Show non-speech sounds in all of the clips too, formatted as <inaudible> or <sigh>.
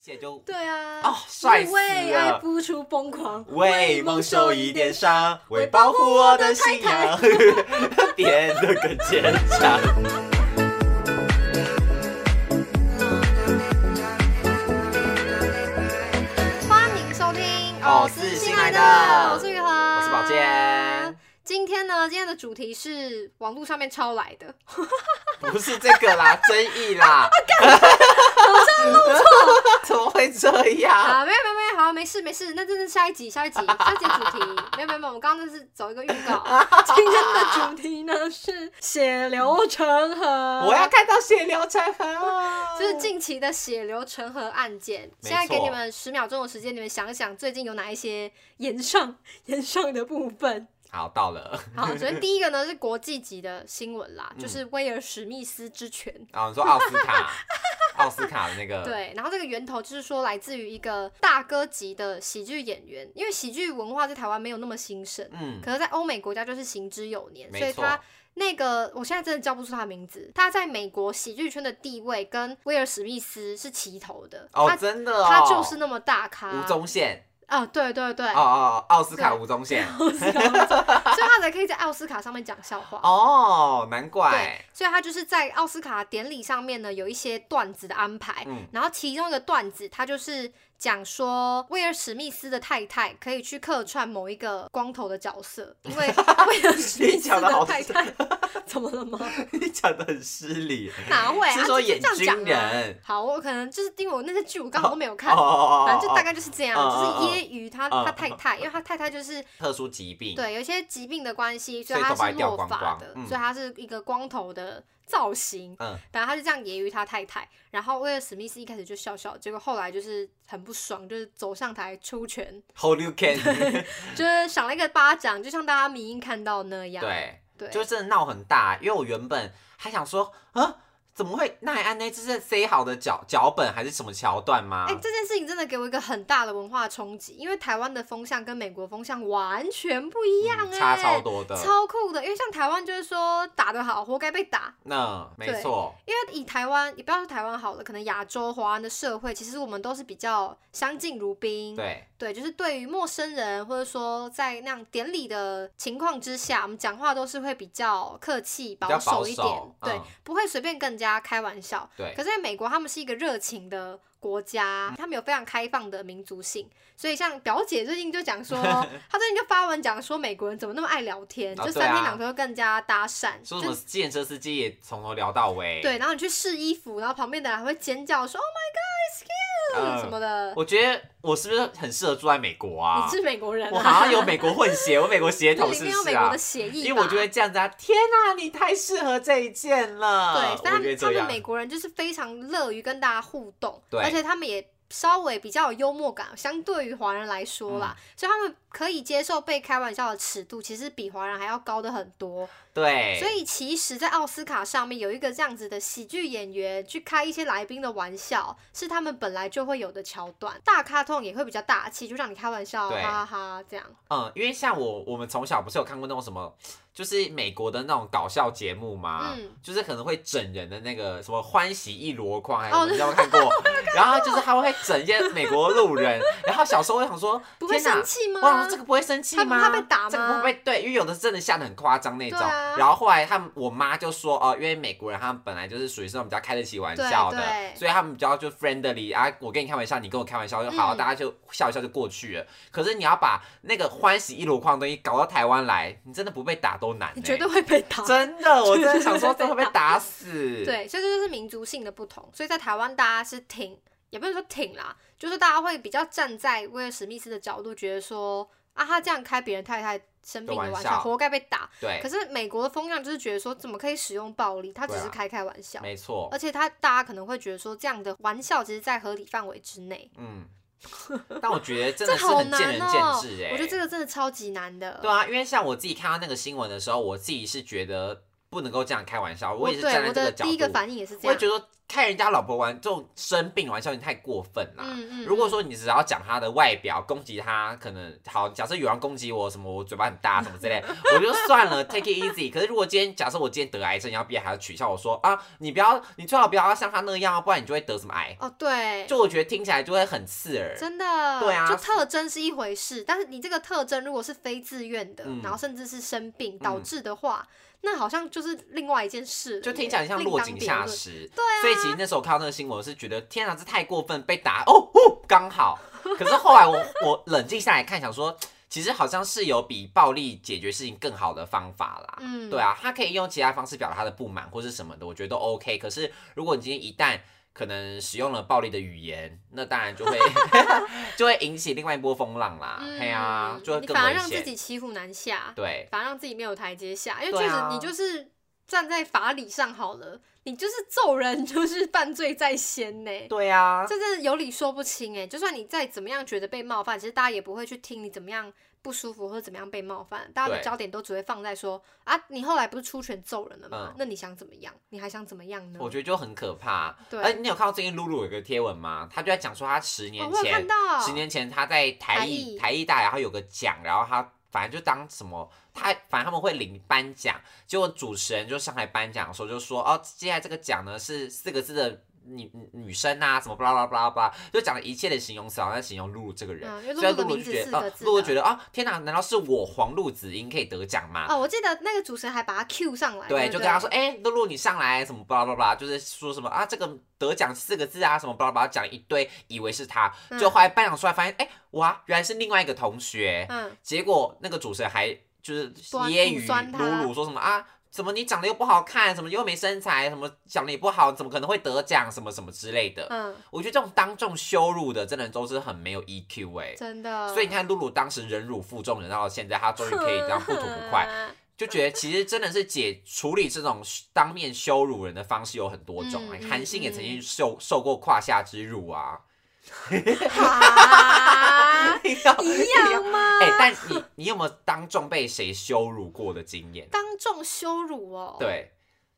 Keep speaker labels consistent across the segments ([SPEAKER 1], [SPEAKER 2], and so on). [SPEAKER 1] 谢周
[SPEAKER 2] 对啊，
[SPEAKER 1] 哦帅
[SPEAKER 2] 是
[SPEAKER 1] 死
[SPEAKER 2] 为爱
[SPEAKER 1] 了
[SPEAKER 2] 付出疯狂，
[SPEAKER 1] 为梦受一点伤，为保护我的信仰， <laughs> 变得更坚
[SPEAKER 2] <laughs>
[SPEAKER 1] 强。
[SPEAKER 2] 欢迎收听
[SPEAKER 1] 哦
[SPEAKER 2] 偶
[SPEAKER 1] 是新
[SPEAKER 2] 来
[SPEAKER 1] 来的
[SPEAKER 2] 我是雨禾，
[SPEAKER 1] 我
[SPEAKER 2] 我
[SPEAKER 1] 是宝。剑，
[SPEAKER 2] 今天呢，今天的主题是网络上面抄来的，
[SPEAKER 1] 不是这个啦，争议
[SPEAKER 2] <laughs>
[SPEAKER 1] 啦，好像录错， <laughs> 怎么会这样？
[SPEAKER 2] <laughs> 啊，没有没有没有，好，没事没事，那真是下一集下一集下一集的主题， <laughs> 没有没有没有，我刚刚那是走一个预告。
[SPEAKER 1] <laughs>
[SPEAKER 2] 今天的主题呢是血流成河，
[SPEAKER 1] 我要看到血流成河，
[SPEAKER 2] 就是近期的血流成河案件。
[SPEAKER 1] 嗯没错
[SPEAKER 2] 现在给你们十秒钟的时间，你们想想最近有哪一些 <laughs> 延上延上的部分。
[SPEAKER 1] 好到了
[SPEAKER 2] 好，首
[SPEAKER 1] <laughs>
[SPEAKER 2] 先第一个呢是国际级的新闻啦，
[SPEAKER 1] 嗯
[SPEAKER 2] 就是威尔史密斯之拳。
[SPEAKER 1] 啊，你说奥斯
[SPEAKER 2] <laughs>
[SPEAKER 1] 卡，奥斯卡的那个，
[SPEAKER 2] 对，然后这个源头就是说来自于一个大哥级的喜剧演员，因为喜剧文化在台湾没有那么兴盛，
[SPEAKER 1] 嗯，
[SPEAKER 2] 可是，在欧美国家就是行之有年，所以
[SPEAKER 1] 没错
[SPEAKER 2] 他那个我现在真的叫不出他的名字。他在美国喜剧圈的地位跟威尔史密斯是齐头的，
[SPEAKER 1] 哦，
[SPEAKER 2] 他
[SPEAKER 1] 真的哦，
[SPEAKER 2] 他就是那么大咖。
[SPEAKER 1] 吴宗宪，
[SPEAKER 2] 啊，对对对，
[SPEAKER 1] 哦哦，
[SPEAKER 2] <laughs>
[SPEAKER 1] 奥斯卡
[SPEAKER 2] 对
[SPEAKER 1] 吴宗
[SPEAKER 2] <laughs>
[SPEAKER 1] 宪，
[SPEAKER 2] 所以他才可以在奥斯卡上面讲笑话。
[SPEAKER 1] 哦，难
[SPEAKER 2] 对
[SPEAKER 1] 怪，，
[SPEAKER 2] 所以他就是在奥斯卡典礼上面呢，有一些段子的安排。
[SPEAKER 1] 嗯
[SPEAKER 2] 然后其中一个段子，他就是讲说威尔史密斯的太太可以去客串某一个光头的角色，
[SPEAKER 1] <laughs>
[SPEAKER 2] 因为威尔史密斯的太太 <laughs> 怎么了吗？
[SPEAKER 1] 你 <laughs> 讲的很失礼，
[SPEAKER 2] 哪会、啊？
[SPEAKER 1] 是说
[SPEAKER 2] 就是
[SPEAKER 1] 演
[SPEAKER 2] 这样
[SPEAKER 1] 军
[SPEAKER 2] 讲啊
[SPEAKER 1] 人
[SPEAKER 2] 好，我可能就是因为我那些剧我刚好都没有看。
[SPEAKER 1] 哦哦哦，
[SPEAKER 2] 反正就大
[SPEAKER 1] 概
[SPEAKER 2] 概就是这样，
[SPEAKER 1] 哦哦哦
[SPEAKER 2] 就是揶揄他
[SPEAKER 1] 哦
[SPEAKER 2] 他太太，因为他太太就是
[SPEAKER 1] 特殊疾病，
[SPEAKER 2] 对有一些疾病的关系，
[SPEAKER 1] 所
[SPEAKER 2] 所以
[SPEAKER 1] 以
[SPEAKER 2] 他
[SPEAKER 1] 头发
[SPEAKER 2] 是
[SPEAKER 1] 也掉
[SPEAKER 2] 落
[SPEAKER 1] 光
[SPEAKER 2] 发
[SPEAKER 1] 光
[SPEAKER 2] 的，
[SPEAKER 1] 嗯
[SPEAKER 2] 所以他是一个光头的造型。
[SPEAKER 1] 嗯，
[SPEAKER 2] 然后他就这样揶揄他太太，然后威尔史密斯一开始就笑笑，结果后来就是很不爽，就是走上台出拳，
[SPEAKER 1] ，Hold you
[SPEAKER 2] <laughs>
[SPEAKER 1] can，
[SPEAKER 2] 就是赏了一个巴掌，就像大家迷音看到那
[SPEAKER 1] <laughs>
[SPEAKER 2] 样。
[SPEAKER 1] 对，
[SPEAKER 2] 啊对，
[SPEAKER 1] 就真的闹很大，因为我原本还想说，啊，怎么会奈安呢？这是塞好的脚脚本还是什么桥段吗
[SPEAKER 2] 哎、？这件事情真的给我一个很大的文化冲击，因为台湾的风向跟美国风向完全不一样、
[SPEAKER 1] 嗯
[SPEAKER 2] 哎、
[SPEAKER 1] 差超多的，
[SPEAKER 2] 超酷的。因为像台湾就是说打得好，活该被打。
[SPEAKER 1] 那嗯没
[SPEAKER 2] 对
[SPEAKER 1] 错，
[SPEAKER 2] 因为以台湾，也不要说台湾好了，可能亚洲华人的社会，其实我们都是比较相敬如宾。
[SPEAKER 1] 对，
[SPEAKER 2] 对，就是对于陌生人，或者说在那样典礼的情况之下，我们讲话都是会比较客气、
[SPEAKER 1] 比较
[SPEAKER 2] 守
[SPEAKER 1] 保
[SPEAKER 2] 一点，
[SPEAKER 1] 守，
[SPEAKER 2] 对，
[SPEAKER 1] 嗯
[SPEAKER 2] 不会随便跟人家开玩笑。
[SPEAKER 1] 对嗯
[SPEAKER 2] 可是在美国，他们是一个热情的国家，他们有非常开放的民族性，所以像表姐最近就讲
[SPEAKER 1] <laughs>
[SPEAKER 2] 说，她最近就发文讲说，美国人怎么那么爱聊天，
[SPEAKER 1] 啊对
[SPEAKER 2] 就三天
[SPEAKER 1] 啊
[SPEAKER 2] 两头就跟人家搭讪，
[SPEAKER 1] 说
[SPEAKER 2] 就
[SPEAKER 1] 什么计程车司机也从头聊到尾，
[SPEAKER 2] 对，然后你去试衣服，然后旁边的人还会尖叫说 “Oh
[SPEAKER 1] 嗯呃
[SPEAKER 2] my God” 什么的。
[SPEAKER 1] 我觉得我是不是很适合住在美国啊？
[SPEAKER 2] 你是美国人、啊，
[SPEAKER 1] 我好像有美国混血，我美国
[SPEAKER 2] <laughs>
[SPEAKER 1] 血
[SPEAKER 2] 那
[SPEAKER 1] 统
[SPEAKER 2] 里
[SPEAKER 1] 是
[SPEAKER 2] 面
[SPEAKER 1] 不
[SPEAKER 2] 有美
[SPEAKER 1] 是
[SPEAKER 2] 国
[SPEAKER 1] 啊
[SPEAKER 2] 的？协议吧，
[SPEAKER 1] 因为我觉得这样子啊，天哪、你太适合这一件了。
[SPEAKER 2] 对，但他
[SPEAKER 1] 呃我觉得
[SPEAKER 2] 们他
[SPEAKER 1] 这
[SPEAKER 2] 们
[SPEAKER 1] 样
[SPEAKER 2] 美国人就是非常乐于跟大家互动，
[SPEAKER 1] 对
[SPEAKER 2] 而且他们也稍微比较有幽默感，相对于华人来说
[SPEAKER 1] 嗯
[SPEAKER 2] 啦，所以他们可以接受被开玩笑的尺度，其实比华人还要高的很多。
[SPEAKER 1] 对，
[SPEAKER 2] 所以其实，在奥斯卡上面有一个这样子的喜剧演员去开一些来宾的玩笑，是他们本来就会有的桥段。大咖通常也会比较大气，就让你开玩笑，哈
[SPEAKER 1] 对
[SPEAKER 2] 哈哈这样。
[SPEAKER 1] 嗯，因为像我，我们从小不是有看过那种什么，就是美国的那种搞笑节目嘛，
[SPEAKER 2] 嗯
[SPEAKER 1] 就是可能会整人的那个什么欢喜一箩筐，还有
[SPEAKER 2] 哦
[SPEAKER 1] 我们有看过，然后就是他会整一些美国路人，然后小时候我想说，
[SPEAKER 2] 不会
[SPEAKER 1] 天哪
[SPEAKER 2] 生气吗？
[SPEAKER 1] 我想说这个不会生气
[SPEAKER 2] 啊他不
[SPEAKER 1] 吗？
[SPEAKER 2] 怕被打吗
[SPEAKER 1] 这个不会被对，因为有的真的吓得很夸张那种。
[SPEAKER 2] 对啊
[SPEAKER 1] 然后后来他们我妈就说哦、因为美国人他们本来就是属于是那种比较开得起玩笑的
[SPEAKER 2] 对对，
[SPEAKER 1] 所以他们比较就 friendly 啊，我跟你开玩笑，你跟我开玩笑就好，
[SPEAKER 2] 嗯
[SPEAKER 1] 大家就笑一笑就过去了。可是你要把那个欢喜一箩筐的东西搞到台湾来，你真的不被打都难、欸。
[SPEAKER 2] <laughs> 你绝对会被打。
[SPEAKER 1] 真的，我真的想说
[SPEAKER 2] 绝对
[SPEAKER 1] 真的
[SPEAKER 2] 会
[SPEAKER 1] 会
[SPEAKER 2] 被打
[SPEAKER 1] 被打死。，
[SPEAKER 2] <laughs> 对，所以这就是民族性的不同。所以在台湾，大家是挺，也不能说挺啦，就是大家会比较站在威尔史密斯的角度，觉得说啊，他这样开别人太太生病的
[SPEAKER 1] 的
[SPEAKER 2] 玩
[SPEAKER 1] 玩
[SPEAKER 2] 笑，
[SPEAKER 1] 笑哎
[SPEAKER 2] 活该被打。
[SPEAKER 1] 对
[SPEAKER 2] 可是美国的风向就是觉得说，怎么可以使用暴力？他只
[SPEAKER 1] 对
[SPEAKER 2] 是
[SPEAKER 1] 啊
[SPEAKER 2] 开开玩笑，
[SPEAKER 1] 没错，
[SPEAKER 2] 而且他大家可能会觉得说，这样的玩笑其实在合理范围之内。 <laughs>
[SPEAKER 1] 嗯。 <laughs> 但我觉得真
[SPEAKER 2] 这
[SPEAKER 1] 的是
[SPEAKER 2] 好
[SPEAKER 1] 很
[SPEAKER 2] 难
[SPEAKER 1] 见仁见
[SPEAKER 2] 哦、
[SPEAKER 1] 智哎、
[SPEAKER 2] 我觉得这个真的超级难的。
[SPEAKER 1] 对啊，因为像我自己看到那个新闻的时候，我自己是觉得不能够这样开玩笑，
[SPEAKER 2] 我
[SPEAKER 1] 也是
[SPEAKER 2] 哦对
[SPEAKER 1] 站在
[SPEAKER 2] 我
[SPEAKER 1] 这
[SPEAKER 2] 的
[SPEAKER 1] 个角
[SPEAKER 2] 第一个
[SPEAKER 1] 度，
[SPEAKER 2] 反应也是这
[SPEAKER 1] 我
[SPEAKER 2] 样
[SPEAKER 1] 也觉。得开人家老婆玩这种生病玩笑，你太过分啦。
[SPEAKER 2] 嗯嗯，
[SPEAKER 1] 啊如果说你只要讲他的外表，攻击他，可能好，假设有人攻击我什么，我嘴巴很大什么之类，我就算了，take it easy。可是如果今天假设我今天得癌症，然后别人还要取笑我说啊，你不要，你最好不要像他那样啊，不然你就会得什么癌。
[SPEAKER 2] 哦对，
[SPEAKER 1] 就我觉得听起来就会很刺耳。
[SPEAKER 2] 真的，
[SPEAKER 1] 对啊
[SPEAKER 2] 就特征是一回事，但是你这个特征如果是非自愿的，
[SPEAKER 1] 嗯
[SPEAKER 2] 然后甚至是生病导致的话，那好像就是另外一件事了耶，
[SPEAKER 1] 就听起来很像
[SPEAKER 2] 另
[SPEAKER 1] 落
[SPEAKER 2] 当
[SPEAKER 1] 井
[SPEAKER 2] 别
[SPEAKER 1] 下
[SPEAKER 2] 论。
[SPEAKER 1] 石，对啊。所以其实那时候看到那个新闻，我是觉得天啊，这太过分，被打哦哦，刚
[SPEAKER 2] <laughs>
[SPEAKER 1] 好。可是后来我我冷静下来看，想说，其实好像是有比暴力解决事情更好的方法啦。
[SPEAKER 2] 嗯，
[SPEAKER 1] 对啊，他可以用其他方式表达他的不满或是什么的，我觉得都 OK。可是如果你今天一旦可能使用了暴力的语言，那当然就
[SPEAKER 2] <laughs>
[SPEAKER 1] 会就会引起另外一波风浪啦。
[SPEAKER 2] 嗯，
[SPEAKER 1] 嘿啊，就会
[SPEAKER 2] 你
[SPEAKER 1] 更
[SPEAKER 2] 反而
[SPEAKER 1] 危
[SPEAKER 2] 让自
[SPEAKER 1] 险。
[SPEAKER 2] 己骑虎难下，
[SPEAKER 1] 对，
[SPEAKER 2] 反而让自己没有台阶下，因为
[SPEAKER 1] 对
[SPEAKER 2] 确实
[SPEAKER 1] 啊
[SPEAKER 2] 你就是站在法理上好了，你就是揍人 <laughs> 就是犯罪在先呢、
[SPEAKER 1] 对啊，
[SPEAKER 2] 这真的有理说不清哎、就算你再怎么样觉得被冒犯，其实大家也不会去听你怎么样不舒服或者怎么样被冒犯，大家的
[SPEAKER 1] 对
[SPEAKER 2] 焦点都只会放在说啊，你后来不是出拳揍人了吗？
[SPEAKER 1] 嗯
[SPEAKER 2] 那你想怎么样？你还想怎么样呢？
[SPEAKER 1] 我觉得就很可怕。
[SPEAKER 2] 对
[SPEAKER 1] 而哎你有看到最近露露有个贴文吗？她就在讲说她十
[SPEAKER 2] 哦
[SPEAKER 1] 年
[SPEAKER 2] 我有
[SPEAKER 1] 前
[SPEAKER 2] 看，到
[SPEAKER 1] 十年前她在台
[SPEAKER 2] 台
[SPEAKER 1] 艺
[SPEAKER 2] 艺
[SPEAKER 1] 台艺大，然后有个奖，然后她反正就当什么，她反正他们会领颁奖，结果主持人就上来颁奖的时候就说，哦，接下来这个奖呢是四个字的。女女女生啊，什么巴拉巴拉巴拉，就讲了一切的形容词，好像在形容露露这个人。
[SPEAKER 2] 嗯因为
[SPEAKER 1] 所以
[SPEAKER 2] 露露的
[SPEAKER 1] 露
[SPEAKER 2] 名
[SPEAKER 1] 就
[SPEAKER 2] 字
[SPEAKER 1] 觉
[SPEAKER 2] 四
[SPEAKER 1] 得，
[SPEAKER 2] 个
[SPEAKER 1] 哦，
[SPEAKER 2] 字
[SPEAKER 1] 露露
[SPEAKER 2] 的
[SPEAKER 1] 觉得啊、天哪，难道是我黄露子英可以得奖吗？
[SPEAKER 2] 哦，我记得那个主持人还把他 Q 上来，对
[SPEAKER 1] 对，
[SPEAKER 2] 不对，
[SPEAKER 1] 就跟他说，哎、露露你上来什么巴拉巴拉，就是说什么啊，这个得奖四个字啊，什么巴拉巴拉讲一堆，以为是他，
[SPEAKER 2] 嗯
[SPEAKER 1] 就后来颁奖出来发现，哎、哇，原来是另外一个同学，
[SPEAKER 2] 嗯，
[SPEAKER 1] 结果那个主持人还就是
[SPEAKER 2] 酸
[SPEAKER 1] 揶
[SPEAKER 2] 吐酸
[SPEAKER 1] 揄
[SPEAKER 2] 他
[SPEAKER 1] 露露说什么啊。怎么你长得又不好看，什么又没身材，什么长得也不好，怎么可能会得奖，什么什么之类的。
[SPEAKER 2] 嗯，
[SPEAKER 1] 我觉得这种当众羞辱的，真的都是很没有 EQ 哎、
[SPEAKER 2] 真的，
[SPEAKER 1] 所以你看露露当时忍辱负重，忍到现在，她终于可以这样不吐不
[SPEAKER 2] <laughs>
[SPEAKER 1] 快。就觉得其实真的是解 <laughs> 处理这种当面羞辱人的方式有很多种、
[SPEAKER 2] 嗯
[SPEAKER 1] 哎、
[SPEAKER 2] 嗯
[SPEAKER 1] 韩信也曾经受受过胯下之辱啊， <laughs>
[SPEAKER 2] 哈
[SPEAKER 1] 一样
[SPEAKER 2] 一样啊吗？
[SPEAKER 1] 哎、但你你有没有当众被谁羞辱过的经验？
[SPEAKER 2] 当众羞辱哦，，
[SPEAKER 1] 对，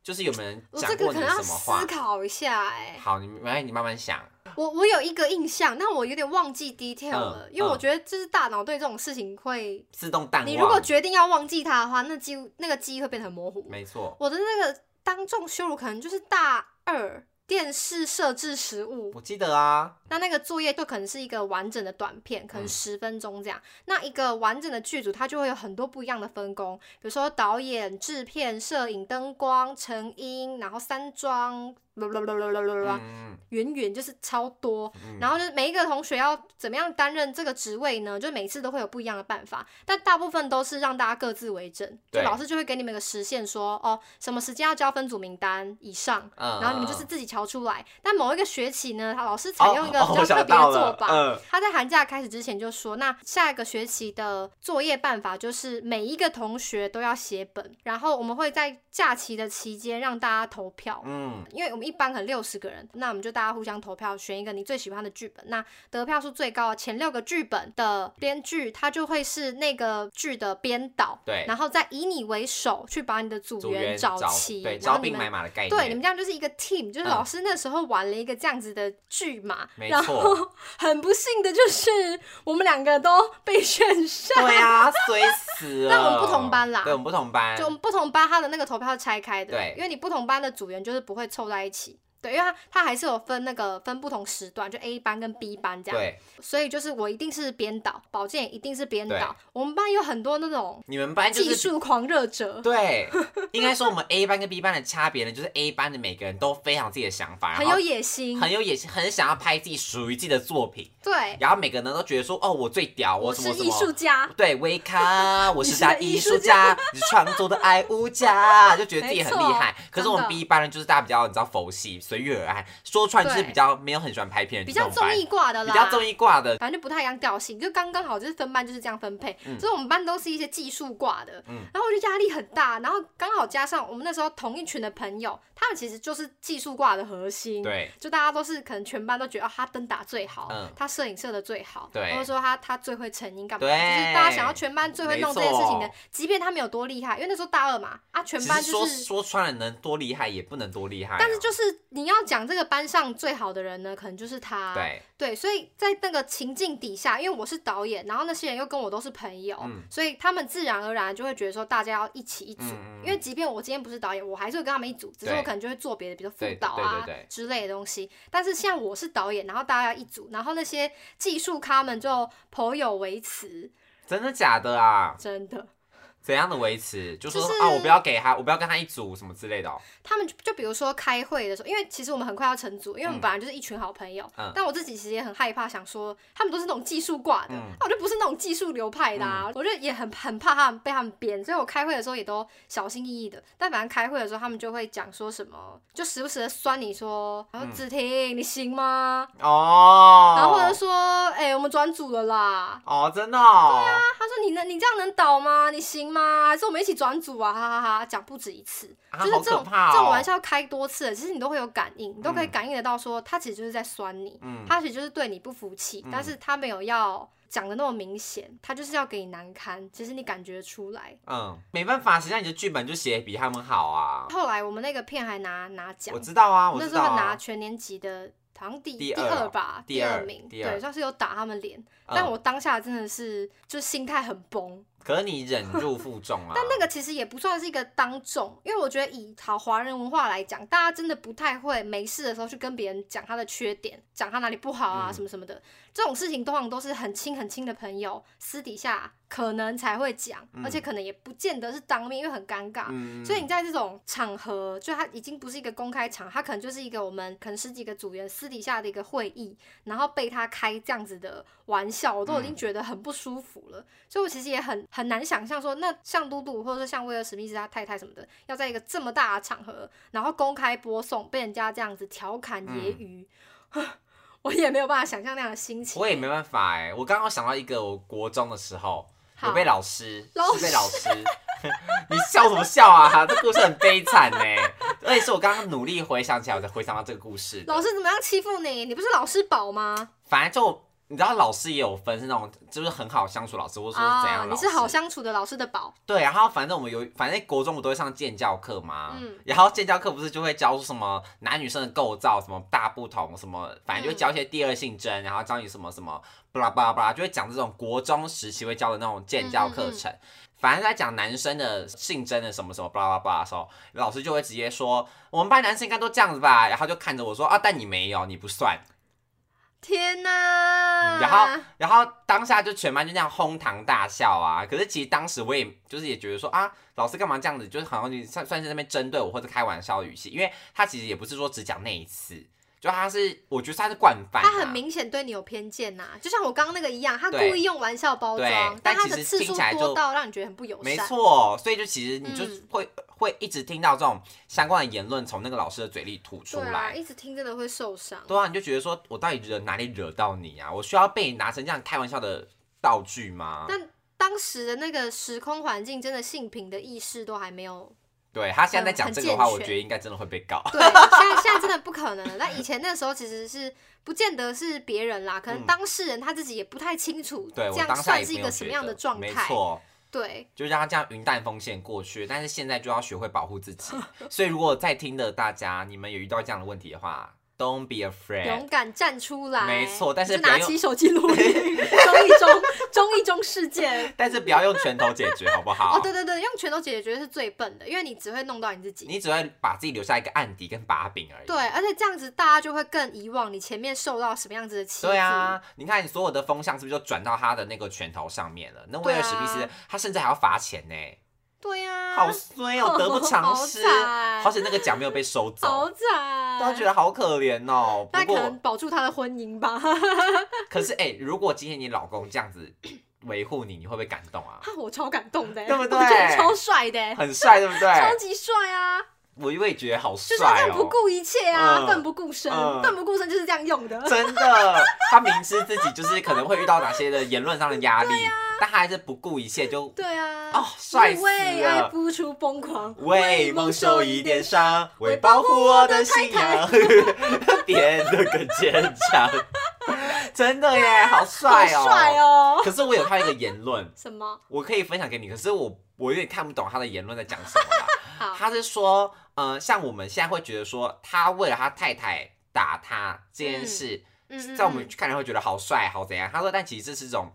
[SPEAKER 1] 就是有没有人
[SPEAKER 2] 我
[SPEAKER 1] 讲
[SPEAKER 2] 这个
[SPEAKER 1] 过
[SPEAKER 2] 可
[SPEAKER 1] 你
[SPEAKER 2] 能要
[SPEAKER 1] 什么话
[SPEAKER 2] 思？考一下哎、
[SPEAKER 1] 好，你没关系你慢慢想。
[SPEAKER 2] 我我有一个印象，但我有点忘记 detail 了，
[SPEAKER 1] 嗯
[SPEAKER 2] 因为我觉得就是大脑对这种事情会，
[SPEAKER 1] 自动淡忘。
[SPEAKER 2] 你如果决定要忘记它的话，那记那个记忆会变得很模糊。
[SPEAKER 1] 没错，
[SPEAKER 2] 我的那个当众羞辱可能就是大二电视设置实务，
[SPEAKER 1] 我记得啊，
[SPEAKER 2] 那那个作业就可能是一个完整的短片，可能
[SPEAKER 1] 嗯
[SPEAKER 2] 十分钟这样。那一个完整的剧组，它就会有很多不一样的分工，比如说导演、制片、摄影、灯光、成音，然后山庄，啦啦啦啦啦啦啦，
[SPEAKER 1] 嗯，
[SPEAKER 2] 远远就是超多。
[SPEAKER 1] 嗯
[SPEAKER 2] 啊然后就是每一个同学要怎么样担任这个职位呢？就每次都会有不一样的办法，但大部分都是让大家各自为政。就
[SPEAKER 1] 对
[SPEAKER 2] 老师就会给你们一个时限说哦，什么时间要交分组名单以上，
[SPEAKER 1] 嗯
[SPEAKER 2] 然后你们就是
[SPEAKER 1] 嗯
[SPEAKER 2] 自己瞧出来。但某一个学期呢，他老师采
[SPEAKER 1] 哦
[SPEAKER 2] 用一个
[SPEAKER 1] 哦
[SPEAKER 2] 比
[SPEAKER 1] 我
[SPEAKER 2] 较
[SPEAKER 1] 想
[SPEAKER 2] 特别的
[SPEAKER 1] 到了
[SPEAKER 2] 做法。
[SPEAKER 1] 嗯
[SPEAKER 2] 他在寒假开始之前就说，那下一个学期的作业办法就是每一个同学都要写本，然后我们会在假期的期间让大家投票。
[SPEAKER 1] 嗯
[SPEAKER 2] 因为我们一班可能六十个人，那我们就大家互相投票，选一个你最喜欢的剧本。那得票数最高的前六个剧本的编剧，他就会是那个剧的编导，
[SPEAKER 1] 对
[SPEAKER 2] 然后再以你为首去把你的组
[SPEAKER 1] 组员
[SPEAKER 2] 员
[SPEAKER 1] 找
[SPEAKER 2] 齐，
[SPEAKER 1] 对
[SPEAKER 2] 然
[SPEAKER 1] 招
[SPEAKER 2] 后你
[SPEAKER 1] 兵
[SPEAKER 2] 们
[SPEAKER 1] 买马的概念，
[SPEAKER 2] 对，你们这样就是一个 team，就是
[SPEAKER 1] 嗯
[SPEAKER 2] 老师那时候玩了一个这样子的剧嘛，
[SPEAKER 1] 没
[SPEAKER 2] 然
[SPEAKER 1] 错
[SPEAKER 2] 后很不幸的就是我们两个都被选
[SPEAKER 1] <laughs>
[SPEAKER 2] <laughs> 上，
[SPEAKER 1] 对啊，衰死了。
[SPEAKER 2] 但我们不同班啦
[SPEAKER 1] 对，我们不同班，
[SPEAKER 2] 就我们不同班他的那个投票是拆开的，
[SPEAKER 1] 嗯对
[SPEAKER 2] 因为你不同班的组员就是不会凑在一起。对，因为他他还是有分那个分不同时段，就 A 班跟 B 班这样，
[SPEAKER 1] 对，
[SPEAKER 2] 所以就是我一定是编导，保健也一定是编导。我们班有很多那种
[SPEAKER 1] 你们班就
[SPEAKER 2] 技
[SPEAKER 1] 是
[SPEAKER 2] 术狂热者，
[SPEAKER 1] 对，应该说我们 A 班跟 B 班的差别呢，就是 A 班的每个人都非常有自己的想法，
[SPEAKER 2] 很
[SPEAKER 1] 然后
[SPEAKER 2] 有野心，
[SPEAKER 1] 很有野心，很想要拍自己属于自己的作品，
[SPEAKER 2] 对，
[SPEAKER 1] 然后每个人都觉得说，哦，我最屌，我什
[SPEAKER 2] 是
[SPEAKER 1] 么什
[SPEAKER 2] 艺术
[SPEAKER 1] 么。
[SPEAKER 2] 家，
[SPEAKER 1] 对，维
[SPEAKER 2] <laughs>
[SPEAKER 1] 卡，我
[SPEAKER 2] 你
[SPEAKER 1] 是
[SPEAKER 2] 是个
[SPEAKER 1] 大
[SPEAKER 2] 艺
[SPEAKER 1] 艺
[SPEAKER 2] 术
[SPEAKER 1] 术
[SPEAKER 2] <laughs>
[SPEAKER 1] 家，你是创作的爱无价，就觉得自己很厉害
[SPEAKER 2] 没错。
[SPEAKER 1] 可是我们
[SPEAKER 2] 真
[SPEAKER 1] B 班呢，就是大家比较你知道佛系、随遇而安，说穿就是
[SPEAKER 2] 对
[SPEAKER 1] 比较没有很喜欢拍片的
[SPEAKER 2] 比
[SPEAKER 1] 这
[SPEAKER 2] 较
[SPEAKER 1] 种
[SPEAKER 2] 综
[SPEAKER 1] 班，
[SPEAKER 2] 艺挂的
[SPEAKER 1] 比
[SPEAKER 2] 啦，
[SPEAKER 1] 较综艺挂的，
[SPEAKER 2] 反正就不太一样调性，就刚刚好，就是分班就是这样分配，
[SPEAKER 1] 嗯
[SPEAKER 2] 所以我们班都是一些技术挂的，
[SPEAKER 1] 嗯
[SPEAKER 2] 然后我就压力很大，然后刚好加上我们那时候同一群的朋友，他们其实就是技术挂的核心，，
[SPEAKER 1] 对
[SPEAKER 2] 就大家都是可能全班都觉得、哦、他灯打最好，
[SPEAKER 1] 嗯
[SPEAKER 2] 他摄影摄的最好，
[SPEAKER 1] 对
[SPEAKER 2] 或者说他他最会成音干嘛，
[SPEAKER 1] 对
[SPEAKER 2] 就是大家想要全班最会弄这件事情
[SPEAKER 1] 没
[SPEAKER 2] 的
[SPEAKER 1] 错，
[SPEAKER 2] 即便他没有多厉害，因为那时候大二嘛，啊，全
[SPEAKER 1] 其
[SPEAKER 2] 班
[SPEAKER 1] 实
[SPEAKER 2] 就
[SPEAKER 1] 说
[SPEAKER 2] 是。
[SPEAKER 1] 说穿了能多厉害也不能多厉害啊，
[SPEAKER 2] 但是就是你你要讲这个班上最好的人呢，可能就是他。
[SPEAKER 1] 对，
[SPEAKER 2] 对，所以在那个情境底下，因为我是导演，然后那些人又跟我都是朋友，
[SPEAKER 1] 嗯
[SPEAKER 2] 所以他们自然而然就会觉得说大家要一起一组。
[SPEAKER 1] 嗯嗯嗯
[SPEAKER 2] 因为即便我今天不是导演，我还是会跟他们一组，只是
[SPEAKER 1] 对
[SPEAKER 2] 我可能就会做别的，比如说
[SPEAKER 1] 对
[SPEAKER 2] 辅导啊
[SPEAKER 1] 对对对
[SPEAKER 2] 之类的东西。但是像我是导演，然后大家要一组，然后那些技术咖们就颇有微词，
[SPEAKER 1] 真的假的啊？
[SPEAKER 2] 真的。
[SPEAKER 1] 怎样的维持？就说、
[SPEAKER 2] 就是
[SPEAKER 1] 啊，我不要给他，我不要跟他一组什么之类的、哦。
[SPEAKER 2] 他们就就比如说开会的时候，因为其实我们很快要成组，因为我们本来就是一群好朋友。
[SPEAKER 1] 嗯
[SPEAKER 2] 但我自己其实也很害怕，想说他们都是那种技术挂的，
[SPEAKER 1] 嗯
[SPEAKER 2] 那我就不是那种技术流派的、啊，我就也很很怕他们被他们编，所以我开会的时候也都小心翼翼的。但反正开会的时候，他们就会讲说什么，就时不时的酸你说，然后
[SPEAKER 1] 嗯
[SPEAKER 2] 子婷你行吗？
[SPEAKER 1] 哦，
[SPEAKER 2] 然后或者说，哎、我们转组了啦。
[SPEAKER 1] 哦，真的、哦，
[SPEAKER 2] 啊他说你能你这样能倒吗？你行吗？还是我们一起转组啊？哈哈哈讲不止一次。
[SPEAKER 1] 啊
[SPEAKER 2] 就是
[SPEAKER 1] 好
[SPEAKER 2] 这
[SPEAKER 1] 可
[SPEAKER 2] 种、
[SPEAKER 1] 怕哦、
[SPEAKER 2] 这种玩笑开多次了，其实你都会有感应，你都可以感应得到说他其实就是在酸你，
[SPEAKER 1] 嗯
[SPEAKER 2] 他其实就是对你不服气，
[SPEAKER 1] 嗯
[SPEAKER 2] 但是他没有要讲的那么明显，他就是要给你难堪，其实你感觉得出来。
[SPEAKER 1] 嗯，没办法，谁让你的剧本就写得比他们好啊？
[SPEAKER 2] 后来我们那个片还拿拿奖
[SPEAKER 1] 我，知道啊，我
[SPEAKER 2] 那
[SPEAKER 1] 知
[SPEAKER 2] 时
[SPEAKER 1] 道
[SPEAKER 2] 候拿
[SPEAKER 1] 啊。
[SPEAKER 2] 全年级的。好像第
[SPEAKER 1] 第二
[SPEAKER 2] 二吧，
[SPEAKER 1] 第
[SPEAKER 2] 第
[SPEAKER 1] 二
[SPEAKER 2] 名，
[SPEAKER 1] 第二
[SPEAKER 2] 对，算是有打他们脸，
[SPEAKER 1] 嗯
[SPEAKER 2] 但我当下真的是就心态很崩，
[SPEAKER 1] 可是你忍辱负重啊。
[SPEAKER 2] <laughs> 但那个其实也不算是一个当众，因为我觉得以好华人文化来讲，大家真的不太会没事的时候去跟别人讲他的缺点，讲他哪里不好啊、
[SPEAKER 1] 嗯
[SPEAKER 2] 什么什么的。这种事情通常都是很亲很亲的朋友私底下可能才会讲，
[SPEAKER 1] 嗯
[SPEAKER 2] 而且可能也不见得是当面，因为很尴尬。
[SPEAKER 1] 嗯，
[SPEAKER 2] 所以你在这种场合，就它已经不是一个公开场，它可能就是一个我们可能十几个组员私底下的一个会议，然后被他开这样子的玩笑，我
[SPEAKER 1] 嗯
[SPEAKER 2] 都已经觉得很不舒服了。所以我其实也很很难想象说，那像嘟嘟或者说像威尔史密斯他太太什么的，要在一个这么大的场合，然后公开播送，被人家这样子调侃揶揄，我也没有办法想象那样的心
[SPEAKER 1] 嗯
[SPEAKER 2] 情。
[SPEAKER 1] 我也没办法哎、我刚刚想到一个，我国中的时候，
[SPEAKER 2] 好
[SPEAKER 1] 我被老师，
[SPEAKER 2] 老
[SPEAKER 1] 是被老师。 <laughs> 你笑什么笑
[SPEAKER 2] <laughs>
[SPEAKER 1] 啊？这故事很悲惨哎、而且是我刚刚努力回想起来，我才回想到这个故事的。
[SPEAKER 2] 老师怎么样欺负你？你不是老师宝吗？
[SPEAKER 1] 反正就你知道，老师也有分是那种就是很好相处老师，或者说是怎样
[SPEAKER 2] 啊，
[SPEAKER 1] 的
[SPEAKER 2] 你
[SPEAKER 1] 老师。
[SPEAKER 2] 是好相处的老师的宝。
[SPEAKER 1] 对，然后反正我们有，反正国中我都会上建教课嘛，
[SPEAKER 2] 嗯
[SPEAKER 1] 然后建教课不是就会教什么男女生的构造，什么大不同，什么反正就会教一些第二性征，然后教你什么什么，巴拉巴拉巴拉，就会讲这种国中时期会教的那种建教课程。反正在讲男生的性征的什么什么巴拉巴拉的时候，老师就会直接说我们班男生应该都这样子吧，然后就看着我说啊，但你没有，你不算。
[SPEAKER 2] 天呐、
[SPEAKER 1] 嗯然后，然后当下就全班就那样哄堂大笑啊。可是其实当时我也就是也觉得说啊，老师干嘛这样子，就是好像你算算是在那边针对我或者开玩笑的语气，因为他其实也不是说只讲那一次，就他是我觉得他是惯犯、啊，
[SPEAKER 2] 他很明显对你有偏见呐、就像我刚刚那个一样，他
[SPEAKER 1] 对
[SPEAKER 2] 故意用玩笑包
[SPEAKER 1] 对
[SPEAKER 2] 装，
[SPEAKER 1] 但
[SPEAKER 2] 但他
[SPEAKER 1] 其
[SPEAKER 2] 的
[SPEAKER 1] 实
[SPEAKER 2] 次
[SPEAKER 1] 听
[SPEAKER 2] 数
[SPEAKER 1] 起来就
[SPEAKER 2] 多到让你觉得很不友
[SPEAKER 1] 没
[SPEAKER 2] 善。
[SPEAKER 1] 错，所以就其实你就
[SPEAKER 2] 嗯
[SPEAKER 1] 会、会一直听到这种相关的言论从那个老师的嘴里吐出
[SPEAKER 2] 对啊，
[SPEAKER 1] 来。
[SPEAKER 2] 一直听真的会受伤。
[SPEAKER 1] 对啊，你就觉得说我到底惹哪里惹到你啊？我需要被你拿成这样开玩笑的道具吗？
[SPEAKER 2] 但当时的那个时空环境，真的性平的意识都还
[SPEAKER 1] <laughs>
[SPEAKER 2] 没有。
[SPEAKER 1] 对他现在在
[SPEAKER 2] 很
[SPEAKER 1] 讲
[SPEAKER 2] 很
[SPEAKER 1] 这个的话，
[SPEAKER 2] 健
[SPEAKER 1] 我
[SPEAKER 2] 全
[SPEAKER 1] 觉得应该真的会被告。
[SPEAKER 2] 对，现在现在真的不可能了。但以前那时候其实是不见得是别人啦，可
[SPEAKER 1] 嗯
[SPEAKER 2] 能当事人他自己也不太清楚，
[SPEAKER 1] 对
[SPEAKER 2] 这
[SPEAKER 1] 我
[SPEAKER 2] 样
[SPEAKER 1] 当下
[SPEAKER 2] 算
[SPEAKER 1] 也
[SPEAKER 2] 是一
[SPEAKER 1] 没有
[SPEAKER 2] 个什
[SPEAKER 1] 觉
[SPEAKER 2] 么样
[SPEAKER 1] 得
[SPEAKER 2] 的状
[SPEAKER 1] 没
[SPEAKER 2] 态。
[SPEAKER 1] 错，
[SPEAKER 2] 对，
[SPEAKER 1] 就让他这样云淡风轻过去。但是现在就要学会保护自
[SPEAKER 2] <laughs>
[SPEAKER 1] 己。所以如果在听的大家，你们有遇到这样的问题的话，Don't be
[SPEAKER 2] 勇
[SPEAKER 1] afraid。
[SPEAKER 2] 敢站出来。
[SPEAKER 1] 哎没错但是
[SPEAKER 2] 你就
[SPEAKER 1] 不要
[SPEAKER 2] 拿
[SPEAKER 1] 用
[SPEAKER 2] 起手机录音，中一中中一中事件。
[SPEAKER 1] <laughs> 但是不要用拳头解决，好不 <laughs> 好？
[SPEAKER 2] 哦，对对对，用拳头解决是最笨的，因为你只会弄到你自己。
[SPEAKER 1] 你只会把自己留下一个案底跟把柄而已。
[SPEAKER 2] 对，而且这样子大家就会更遗忘你前面受到什么样子的欺负。
[SPEAKER 1] 对，啊，你看你所有的风向是不是就转到他的那个拳头上面了？那威尔史密斯、
[SPEAKER 2] 对啊
[SPEAKER 1] 他甚至还要罚钱呢、
[SPEAKER 2] 对啊呀、
[SPEAKER 1] 好衰哦，得不偿失。
[SPEAKER 2] <laughs> 好惨
[SPEAKER 1] 好险那个奖没有被收走，
[SPEAKER 2] 好惨，
[SPEAKER 1] 大家觉得好可怜哦。不
[SPEAKER 2] 那可
[SPEAKER 1] 过
[SPEAKER 2] 能保住他的婚姻吧。 <laughs>
[SPEAKER 1] 可是哎、欸如果今天你老公这样
[SPEAKER 2] <coughs>
[SPEAKER 1] 子维护你，你会不会感动啊？
[SPEAKER 2] 我超感动的，
[SPEAKER 1] 对不对
[SPEAKER 2] 我觉得超帅的，
[SPEAKER 1] 很帅，哦对不对？
[SPEAKER 2] 超级帅啊！
[SPEAKER 1] 我也觉得好帅
[SPEAKER 2] 就是他这样不 <laughs>
[SPEAKER 1] 哦。
[SPEAKER 2] 顾一切啊，
[SPEAKER 1] 嗯
[SPEAKER 2] 奋不顾身
[SPEAKER 1] 嗯，
[SPEAKER 2] 奋不顾身就是这样用的。
[SPEAKER 1] 真的，他明知自己就是可能会遇到哪些的言论上的压力，但他还是不顾一切就，
[SPEAKER 2] 啊对啊，
[SPEAKER 1] 哦帅
[SPEAKER 2] 就是
[SPEAKER 1] 死
[SPEAKER 2] 为
[SPEAKER 1] 了
[SPEAKER 2] 爱付出疯狂，
[SPEAKER 1] 为梦受一点伤，为保护我的信仰， <laughs> 变得更坚强。真的耶，好
[SPEAKER 2] 啊好
[SPEAKER 1] 帅哦！
[SPEAKER 2] 帅哦！
[SPEAKER 1] 可是我有看到一个言论，
[SPEAKER 2] 什么？
[SPEAKER 1] 我可以分享给你，可是我我有点看不懂他的言论在讲什么啦。
[SPEAKER 2] <laughs> 好，
[SPEAKER 1] 他是说，呃，像我们现在会觉得说，他为了他太太打他这件
[SPEAKER 2] 嗯
[SPEAKER 1] 事，
[SPEAKER 2] 嗯嗯
[SPEAKER 1] 在我们
[SPEAKER 2] 嗯
[SPEAKER 1] 看来会觉得好帅好怎样。他说，但其实这是一种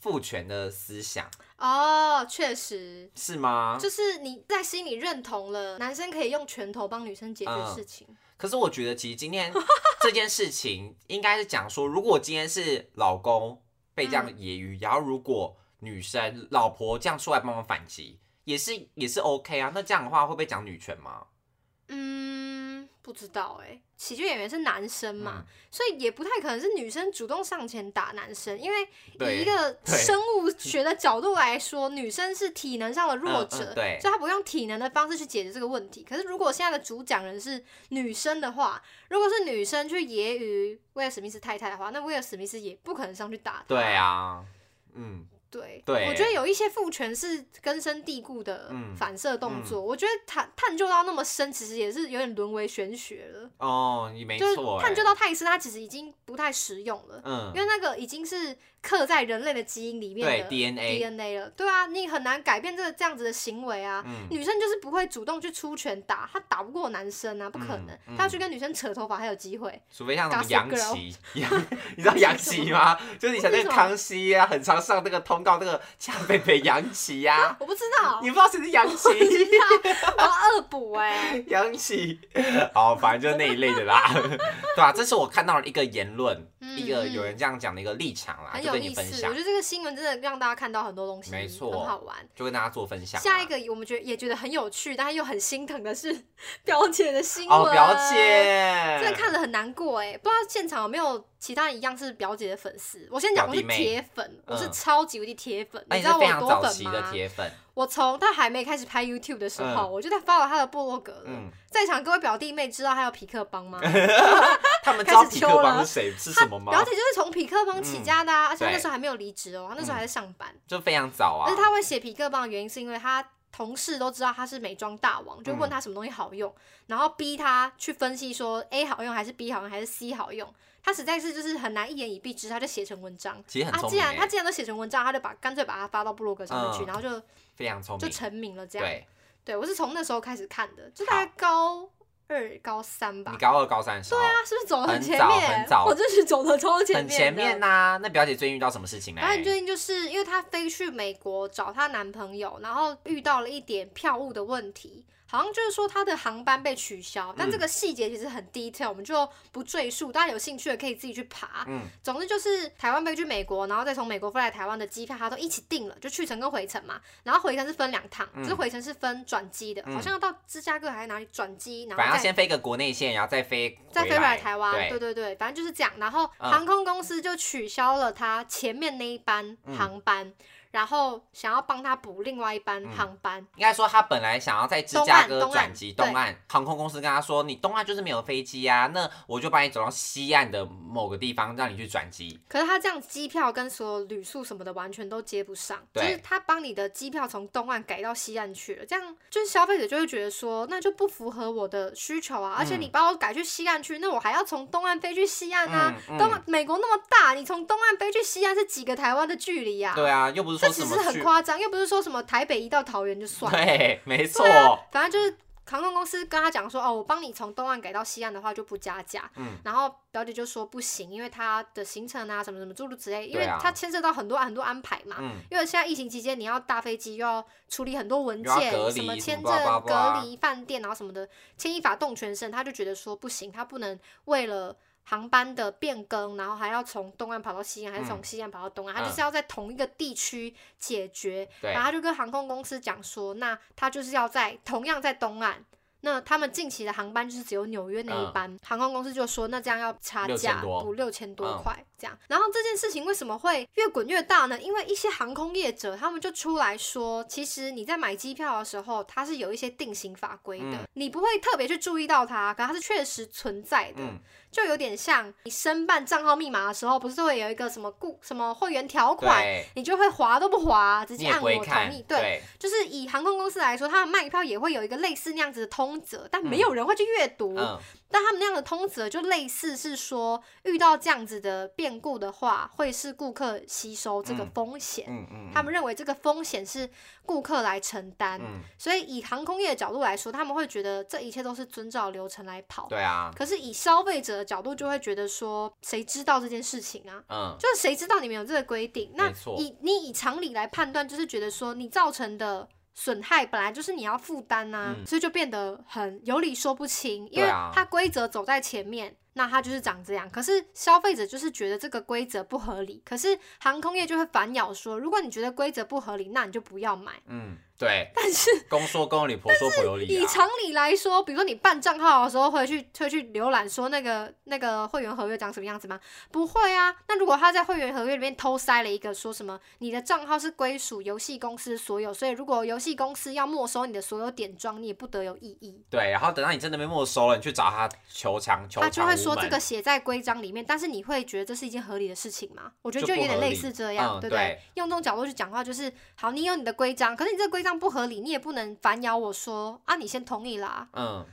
[SPEAKER 1] 父权的思想，
[SPEAKER 2] 哦，确实，
[SPEAKER 1] 是吗？
[SPEAKER 2] 就是你在心里认同了，男生可以用拳头帮女生解决
[SPEAKER 1] 嗯
[SPEAKER 2] 事情。
[SPEAKER 1] 可是我觉得，其实今天这件事情应该是讲说，如果今天是老公被这样
[SPEAKER 2] 嗯
[SPEAKER 1] 揶揄，然后如果女生老婆这样出来帮忙反击，也是也是 OK 啊。那这样的话会被讲女权吗？
[SPEAKER 2] 嗯，不知道哎、喜剧演员是男生嘛，
[SPEAKER 1] 嗯
[SPEAKER 2] 所以也不太可能是女生主动上前打男生，因为
[SPEAKER 1] 对
[SPEAKER 2] 以一个
[SPEAKER 1] 对
[SPEAKER 2] 生物学的角度来说，女生是体能上的弱
[SPEAKER 1] 嗯嗯
[SPEAKER 2] 者，
[SPEAKER 1] 对
[SPEAKER 2] 所以她不用体能的方式去解决这个问题。可是如果现在的主讲人是女生的话，如果是女生去揶揄威尔史密斯太太的话，那威尔史密斯也不可能上去打她。
[SPEAKER 1] 对啊，嗯，
[SPEAKER 2] 对，
[SPEAKER 1] 对
[SPEAKER 2] 我觉得有一些父权是根深蒂固的
[SPEAKER 1] 嗯
[SPEAKER 2] 反射动作。我觉得探探究到那么深，其实也是有点沦为玄学了。
[SPEAKER 1] 哦，你没
[SPEAKER 2] 就是
[SPEAKER 1] 错、欸，
[SPEAKER 2] 探究到太深，它其实已经不太实用了，
[SPEAKER 1] 嗯
[SPEAKER 2] 因，为那个已经是刻在人类的基因里面
[SPEAKER 1] 对
[SPEAKER 2] 的
[SPEAKER 1] DNA，
[SPEAKER 2] DNA 了。对啊，你很难改变这个这样子的行为啊。
[SPEAKER 1] 嗯，
[SPEAKER 2] 女生就是不会主动去出拳打，她打不过男生啊，不可
[SPEAKER 1] 嗯
[SPEAKER 2] 能。
[SPEAKER 1] 嗯
[SPEAKER 2] 她要去跟女生扯头发还有机会。
[SPEAKER 1] 除非像什么
[SPEAKER 2] Gossip
[SPEAKER 1] 杨
[SPEAKER 2] Girl
[SPEAKER 1] 琪，杨，你知道杨琪
[SPEAKER 2] <laughs>
[SPEAKER 1] 吗？就是以前那
[SPEAKER 2] 是
[SPEAKER 1] 个
[SPEAKER 2] 什么
[SPEAKER 1] 康熙啊，很常上那个通告那个恰贝贝杨琪
[SPEAKER 2] <laughs>
[SPEAKER 1] 呀，
[SPEAKER 2] 我不知
[SPEAKER 1] <laughs>
[SPEAKER 2] 道，
[SPEAKER 1] 你不知道谁是杨琪？
[SPEAKER 2] 我要恶补哎。
[SPEAKER 1] 杨琪， <laughs> 好，反正就是那一类的啦， <laughs> 对吧、这是我看到的一个言论，
[SPEAKER 2] 嗯
[SPEAKER 1] 一个
[SPEAKER 2] 嗯
[SPEAKER 1] 有人这样讲的一个立场啦，
[SPEAKER 2] 很
[SPEAKER 1] 啊就
[SPEAKER 2] 有
[SPEAKER 1] 跟你
[SPEAKER 2] 意思
[SPEAKER 1] 分，
[SPEAKER 2] 我
[SPEAKER 1] 享
[SPEAKER 2] 觉，得这个新闻真的让大家看到很多东西，
[SPEAKER 1] 没错
[SPEAKER 2] 很好玩。
[SPEAKER 1] 就跟大家做分享啦。
[SPEAKER 2] 下一个我们觉得也觉得很有趣，但是又很心疼的是 <laughs> 表姐的新闻。
[SPEAKER 1] 哦，表，姐，
[SPEAKER 2] 真的看了很难过哎，不知道现场有没有其他人一样是表姐的粉丝？我先讲，
[SPEAKER 1] 表
[SPEAKER 2] 我
[SPEAKER 1] 弟
[SPEAKER 2] 是
[SPEAKER 1] 妹
[SPEAKER 2] 铁粉，我是
[SPEAKER 1] 嗯
[SPEAKER 2] 超级无敌铁粉，
[SPEAKER 1] 哎，
[SPEAKER 2] 你
[SPEAKER 1] 你是
[SPEAKER 2] 知道我
[SPEAKER 1] 非
[SPEAKER 2] 有
[SPEAKER 1] 常
[SPEAKER 2] 多
[SPEAKER 1] 早
[SPEAKER 2] 粉
[SPEAKER 1] 期的
[SPEAKER 2] 吗？
[SPEAKER 1] 铁粉，
[SPEAKER 2] 我从她还没开始拍 YouTube 的时候，
[SPEAKER 1] 嗯
[SPEAKER 2] 我就在 follow 她的部落格了。
[SPEAKER 1] 嗯
[SPEAKER 2] 在场各位表弟妹知道她有匹克帮
[SPEAKER 1] <laughs>
[SPEAKER 2] 吗？
[SPEAKER 1] 他们知
[SPEAKER 2] 开
[SPEAKER 1] 道
[SPEAKER 2] 始
[SPEAKER 1] 匹
[SPEAKER 2] 揪
[SPEAKER 1] 克
[SPEAKER 2] 了
[SPEAKER 1] 帮是谁是什么吗？
[SPEAKER 2] 表姐就是从匹克帮起家的、啊，而且她
[SPEAKER 1] 嗯
[SPEAKER 2] 那
[SPEAKER 1] 对
[SPEAKER 2] 时候还没有离职哦，她那时候还在上班。
[SPEAKER 1] 就非常早啊
[SPEAKER 2] 但是。他会写皮克棒的原因是因为他同事都知道他是美妆大王，就
[SPEAKER 1] 嗯
[SPEAKER 2] 问他什么东西好用，然后逼他去分析说 A 好用还是 B 好用还是 C 好用。他实在是就是很难一言以蔽之，他就写成文章。
[SPEAKER 1] 其实很
[SPEAKER 2] 啊，
[SPEAKER 1] 聪
[SPEAKER 2] 既
[SPEAKER 1] 明
[SPEAKER 2] 然他
[SPEAKER 1] 欸，
[SPEAKER 2] 既然都写成文章，他就把干脆把它发到部落格上面去，
[SPEAKER 1] 嗯
[SPEAKER 2] 然后就
[SPEAKER 1] 非常聪
[SPEAKER 2] 就
[SPEAKER 1] 明，
[SPEAKER 2] 成名了这样。
[SPEAKER 1] 对，
[SPEAKER 2] 对我是从那时候开始看的，就大概高二高三吧
[SPEAKER 1] 你。高二高三的时候，对啊，
[SPEAKER 2] 他是不是走得
[SPEAKER 1] 很
[SPEAKER 2] 前
[SPEAKER 1] 早
[SPEAKER 2] 面？
[SPEAKER 1] 很早
[SPEAKER 2] 我就是走的超前面
[SPEAKER 1] 很
[SPEAKER 2] 的。
[SPEAKER 1] 前面呐、那表姐最近遇到什么事情嘞？
[SPEAKER 2] 然后最近就是因为她飞去美国找她男朋友，然后遇到了一点票务的问题，好像就是说她的航班被取消，但
[SPEAKER 1] 嗯
[SPEAKER 2] 这个细节其实很 detail，我们就不赘述，大家有兴趣的可以自己去爬。
[SPEAKER 1] 嗯，
[SPEAKER 2] 总之就是台湾飞去美国，然后再从美国飞来台湾的机票，她都一起订了，就去程跟回程嘛。然后回程是分两趟，
[SPEAKER 1] 嗯
[SPEAKER 2] 就是回程是分转机的，好像要到芝加哥还是哪里转机，然
[SPEAKER 1] 反正
[SPEAKER 2] 后
[SPEAKER 1] 要
[SPEAKER 2] 再。
[SPEAKER 1] 先飞个国内线，然后再飞
[SPEAKER 2] 再飞回
[SPEAKER 1] 回
[SPEAKER 2] 来台湾，对
[SPEAKER 1] 对，
[SPEAKER 2] 对对，反正就是这样。然后
[SPEAKER 1] 嗯
[SPEAKER 2] 航空公司就取消了他前面那一班航班，然后想要帮他补另外一班航班。
[SPEAKER 1] 应该说他本来想要在芝加哥
[SPEAKER 2] 东岸
[SPEAKER 1] 转机，
[SPEAKER 2] 东岸
[SPEAKER 1] 东岸航空公司跟他说，你东岸就是没有飞机啊，那我就把你走到西岸的某个地方，让你去转机。
[SPEAKER 2] 可是他这样机票跟所有旅宿什么的完全都接不上，就
[SPEAKER 1] 对
[SPEAKER 2] 是他帮你的机票从东岸改到西岸去了，这样就是消费者就会觉得说，那就不符合我的需求啊，而且你把我改去西岸去，那我还要从东岸飞去西岸啊，
[SPEAKER 1] 嗯嗯
[SPEAKER 2] 东岸美国那么大，你从东岸飞去西岸是几个台湾的距离呀、
[SPEAKER 1] 对啊，又不是
[SPEAKER 2] 这
[SPEAKER 1] 说
[SPEAKER 2] 其
[SPEAKER 1] 什
[SPEAKER 2] 实
[SPEAKER 1] 么
[SPEAKER 2] 很
[SPEAKER 1] 去，
[SPEAKER 2] 夸张，又不是说什么台北移到桃园就算了，
[SPEAKER 1] 对，没错，
[SPEAKER 2] 反正就是航空公司跟他讲说，哦，我帮你从东岸改到西岸的话就不加价，
[SPEAKER 1] 嗯
[SPEAKER 2] 然后表姐就说不行，因为他的行程啊什么什么诸如此类，因为
[SPEAKER 1] 对啊
[SPEAKER 2] 他牵涉到很多很多安排嘛。
[SPEAKER 1] 嗯，
[SPEAKER 2] 因为现在疫情期间，你要搭飞机，又要处理很多文
[SPEAKER 1] 又要
[SPEAKER 2] 件，
[SPEAKER 1] 隔离
[SPEAKER 2] 什么
[SPEAKER 1] 什么
[SPEAKER 2] 签证、
[SPEAKER 1] blah blah
[SPEAKER 2] 隔
[SPEAKER 1] blah
[SPEAKER 2] 离、饭店，然后什么的，牵一发动全身。他就觉得说不行，他不能为了航班的变更，然后还要从东岸跑到西岸，还是
[SPEAKER 1] 嗯
[SPEAKER 2] 从西岸跑到东岸，他就是要在同一个地区解决。
[SPEAKER 1] 对
[SPEAKER 2] 然，后他就跟航空公司讲说，那他就是要在同样在东岸。那他们近期的航班就是只有纽约那一班，航空公司就说那这样要差价
[SPEAKER 1] 6000多
[SPEAKER 2] 补六千多
[SPEAKER 1] 嗯
[SPEAKER 2] 块这样。然后这件事情为什么会越滚越大呢？因为一些航空业者他们就出来说，其实你在买机票的时候，它是有一些定型法规的，
[SPEAKER 1] 嗯
[SPEAKER 2] 你不会特别去注意到它，可它是确实存在的。
[SPEAKER 1] 嗯，
[SPEAKER 2] 就有点像你申办账号密码的时候，不是会有一个什么固什么会员条款，
[SPEAKER 1] 对，
[SPEAKER 2] 你就会划都不划，直
[SPEAKER 1] 你
[SPEAKER 2] 接
[SPEAKER 1] 也
[SPEAKER 2] 按
[SPEAKER 1] 不
[SPEAKER 2] 我
[SPEAKER 1] 会看
[SPEAKER 2] 同意。，对，
[SPEAKER 1] 对，
[SPEAKER 2] 就是以航空公司来说，他们卖票也会有一个类似那样子的通则，但没有人会去阅读。
[SPEAKER 1] 嗯，
[SPEAKER 2] 但他们那样的通则就类似是说，遇到这样子的变故的话，会是顾客吸收这个
[SPEAKER 1] 嗯
[SPEAKER 2] 风险。
[SPEAKER 1] 嗯嗯，
[SPEAKER 2] 他们认为这个风险是顾客来承担，
[SPEAKER 1] 嗯，
[SPEAKER 2] 所以以航空业的角度来说，他们会觉得这一切都是遵照流程来跑。
[SPEAKER 1] 对啊，
[SPEAKER 2] 可是以消费者的角度，就会觉得说，谁知道这件事情啊？
[SPEAKER 1] 嗯，
[SPEAKER 2] 就是谁知道你们有这个规定？那
[SPEAKER 1] 没错
[SPEAKER 2] 以你以常理来判断，就是觉得说你造成的损害本来就是你要负担呐，
[SPEAKER 1] 嗯
[SPEAKER 2] 所以就变得很有理说不清，因
[SPEAKER 1] 对
[SPEAKER 2] 为
[SPEAKER 1] 啊
[SPEAKER 2] 它规则走在前面。那它就是长这样，可是消费者就是觉得这个规则不合理，可是航空业就会反咬说，如果你觉得规则不合理，那你就不要买。
[SPEAKER 1] 嗯，对，
[SPEAKER 2] 但是
[SPEAKER 1] 公说公有理，婆说婆有理
[SPEAKER 2] 以
[SPEAKER 1] 啊，
[SPEAKER 2] 常理来说，比如说你办账号的时候会去会去浏览说那个那个会员合约长什么样子吗？不会啊。那如果他在会员合约里面偷塞了一个说什么你的账号是归属游戏公司所有，所以如果游戏公司要没收你的所有点装，你也不得有异议。
[SPEAKER 1] 对，然后等到你真的被没收了，你去找他求偿，求偿
[SPEAKER 2] 他就会说
[SPEAKER 1] 无门
[SPEAKER 2] 这个写在规章里面，但是你会觉得这是一件合理的事情吗？我觉得
[SPEAKER 1] 就
[SPEAKER 2] 就有
[SPEAKER 1] 不
[SPEAKER 2] 点
[SPEAKER 1] 合
[SPEAKER 2] 类
[SPEAKER 1] 理
[SPEAKER 2] 似这样，
[SPEAKER 1] 嗯
[SPEAKER 2] 对不对
[SPEAKER 1] 对？
[SPEAKER 2] 用这种角度去讲话，就是好，你有你的规章，可是你这个规章不合理，你也不能反咬我说啊，你先同意啦。
[SPEAKER 1] 嗯，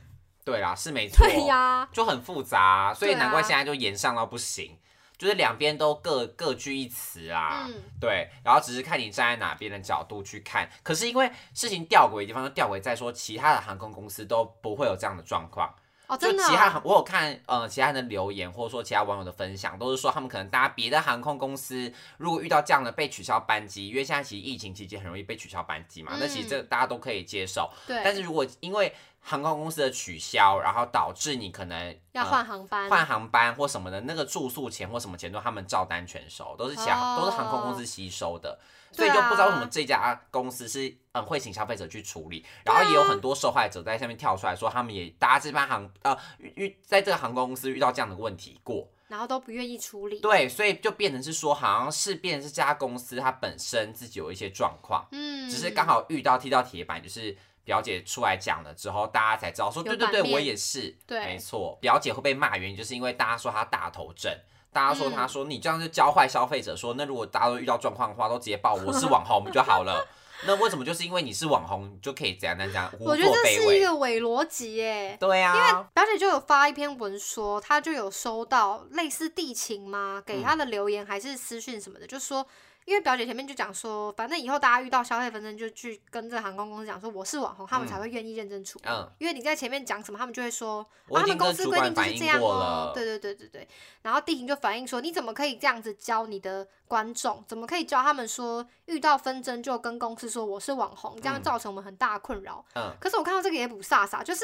[SPEAKER 1] 对啦，是没错，
[SPEAKER 2] 对呀、
[SPEAKER 1] 就很复杂啊、所以
[SPEAKER 2] 对啊
[SPEAKER 1] 难怪现在就延上到不行，就是两边都各各据一词啊。
[SPEAKER 2] 嗯。
[SPEAKER 1] 对，然后只是看你站在哪边的角度去看。可是因为事情吊诡的地方，就吊诡在说其他的航空公司都不会有这样的状况。
[SPEAKER 2] 哦，
[SPEAKER 1] 就
[SPEAKER 2] 真的、
[SPEAKER 1] 其他航我有看呃其他人的留言，或者说其他网友的分享，都是说他们可能搭别的航空公司，如果遇到这样的被取消班机，因为现在其实疫情期间很容易被取消班机嘛，那其实这大家都可以接受。
[SPEAKER 2] 嗯对，
[SPEAKER 1] 但是如果因为航空公司的取消，然后导致你可能
[SPEAKER 2] 要
[SPEAKER 1] 呃
[SPEAKER 2] 换航班，
[SPEAKER 1] 换航班或什么的，那个住宿钱或什么钱都他们照单全收，都是其他、
[SPEAKER 2] 哦
[SPEAKER 1] 都是航空公司吸收的，所
[SPEAKER 2] 对
[SPEAKER 1] 以
[SPEAKER 2] 啊
[SPEAKER 1] 就不知道为什么这家公司是嗯会请消费者去处理，然后也有很
[SPEAKER 2] 啊
[SPEAKER 1] 多受害者在下面跳出来说，他们也搭这班航呃遇遇在这个航空公司遇到这样的问题过，
[SPEAKER 2] 然后都不愿意处理。
[SPEAKER 1] 对，所以就变成是说好像是变成是这家公司它本身自己有一些状况，
[SPEAKER 2] 嗯，
[SPEAKER 1] 只是刚好遇到踢到铁板，就是表姐出来讲了之后，大家才知道说，
[SPEAKER 2] 有
[SPEAKER 1] 对对
[SPEAKER 2] 版
[SPEAKER 1] 对，
[SPEAKER 2] 面
[SPEAKER 1] 我也是，
[SPEAKER 2] 对
[SPEAKER 1] 没错。表姐会被骂，原因就是因为大家说她大头症，大家说
[SPEAKER 2] 嗯
[SPEAKER 1] 她说你这样就教坏消费者说，那如果大家都遇到状况的话，都直接报我是网红就好了。那为什么就是因为你是网红，你就可以怎样怎样怎样无
[SPEAKER 2] 我
[SPEAKER 1] 所
[SPEAKER 2] 觉得这
[SPEAKER 1] 卑
[SPEAKER 2] 是一
[SPEAKER 1] 微？
[SPEAKER 2] 个伪逻辑耶。
[SPEAKER 1] 对啊，
[SPEAKER 2] 表姐就有发一篇文说，她就有收到类似地勤吗？
[SPEAKER 1] 嗯
[SPEAKER 2] 给她的留言还是私讯什么的，就说，因为表姐前面就讲说，反正以后大家遇到消费纷争，就去跟这航空公司讲说我是网红，他
[SPEAKER 1] 嗯
[SPEAKER 2] 们才会愿意认真处理。
[SPEAKER 1] 嗯
[SPEAKER 2] 因为你在前面讲什么，他们就会说，
[SPEAKER 1] 我
[SPEAKER 2] 啊
[SPEAKER 1] 已
[SPEAKER 2] 他
[SPEAKER 1] 经
[SPEAKER 2] 们公
[SPEAKER 1] 跟
[SPEAKER 2] 司
[SPEAKER 1] 主
[SPEAKER 2] 规
[SPEAKER 1] 管
[SPEAKER 2] 定就
[SPEAKER 1] 反
[SPEAKER 2] 是这
[SPEAKER 1] 映
[SPEAKER 2] 样
[SPEAKER 1] 过
[SPEAKER 2] 哦
[SPEAKER 1] 了。。
[SPEAKER 2] 对对对对对。然后地勤就反映说，你怎么可以这样子教你的观众？怎么可以教他们说遇到纷争就跟公司说我是网红，这样
[SPEAKER 1] 嗯
[SPEAKER 2] 造成我们很大的困扰？
[SPEAKER 1] 嗯
[SPEAKER 2] 可是我看到这个也不飒飒，就是。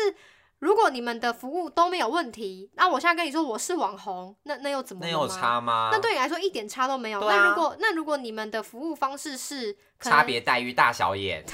[SPEAKER 2] 如果你们的服务都没有问题，那我现在跟你说我是网红，那那又怎么
[SPEAKER 1] 那
[SPEAKER 2] 了
[SPEAKER 1] 有
[SPEAKER 2] 吗？
[SPEAKER 1] 差吗？
[SPEAKER 2] 那对你来说一点差都没有。
[SPEAKER 1] 对
[SPEAKER 2] 那
[SPEAKER 1] 啊
[SPEAKER 2] 如果那如果你们的服务方式是可能
[SPEAKER 1] 差别待遇大小眼，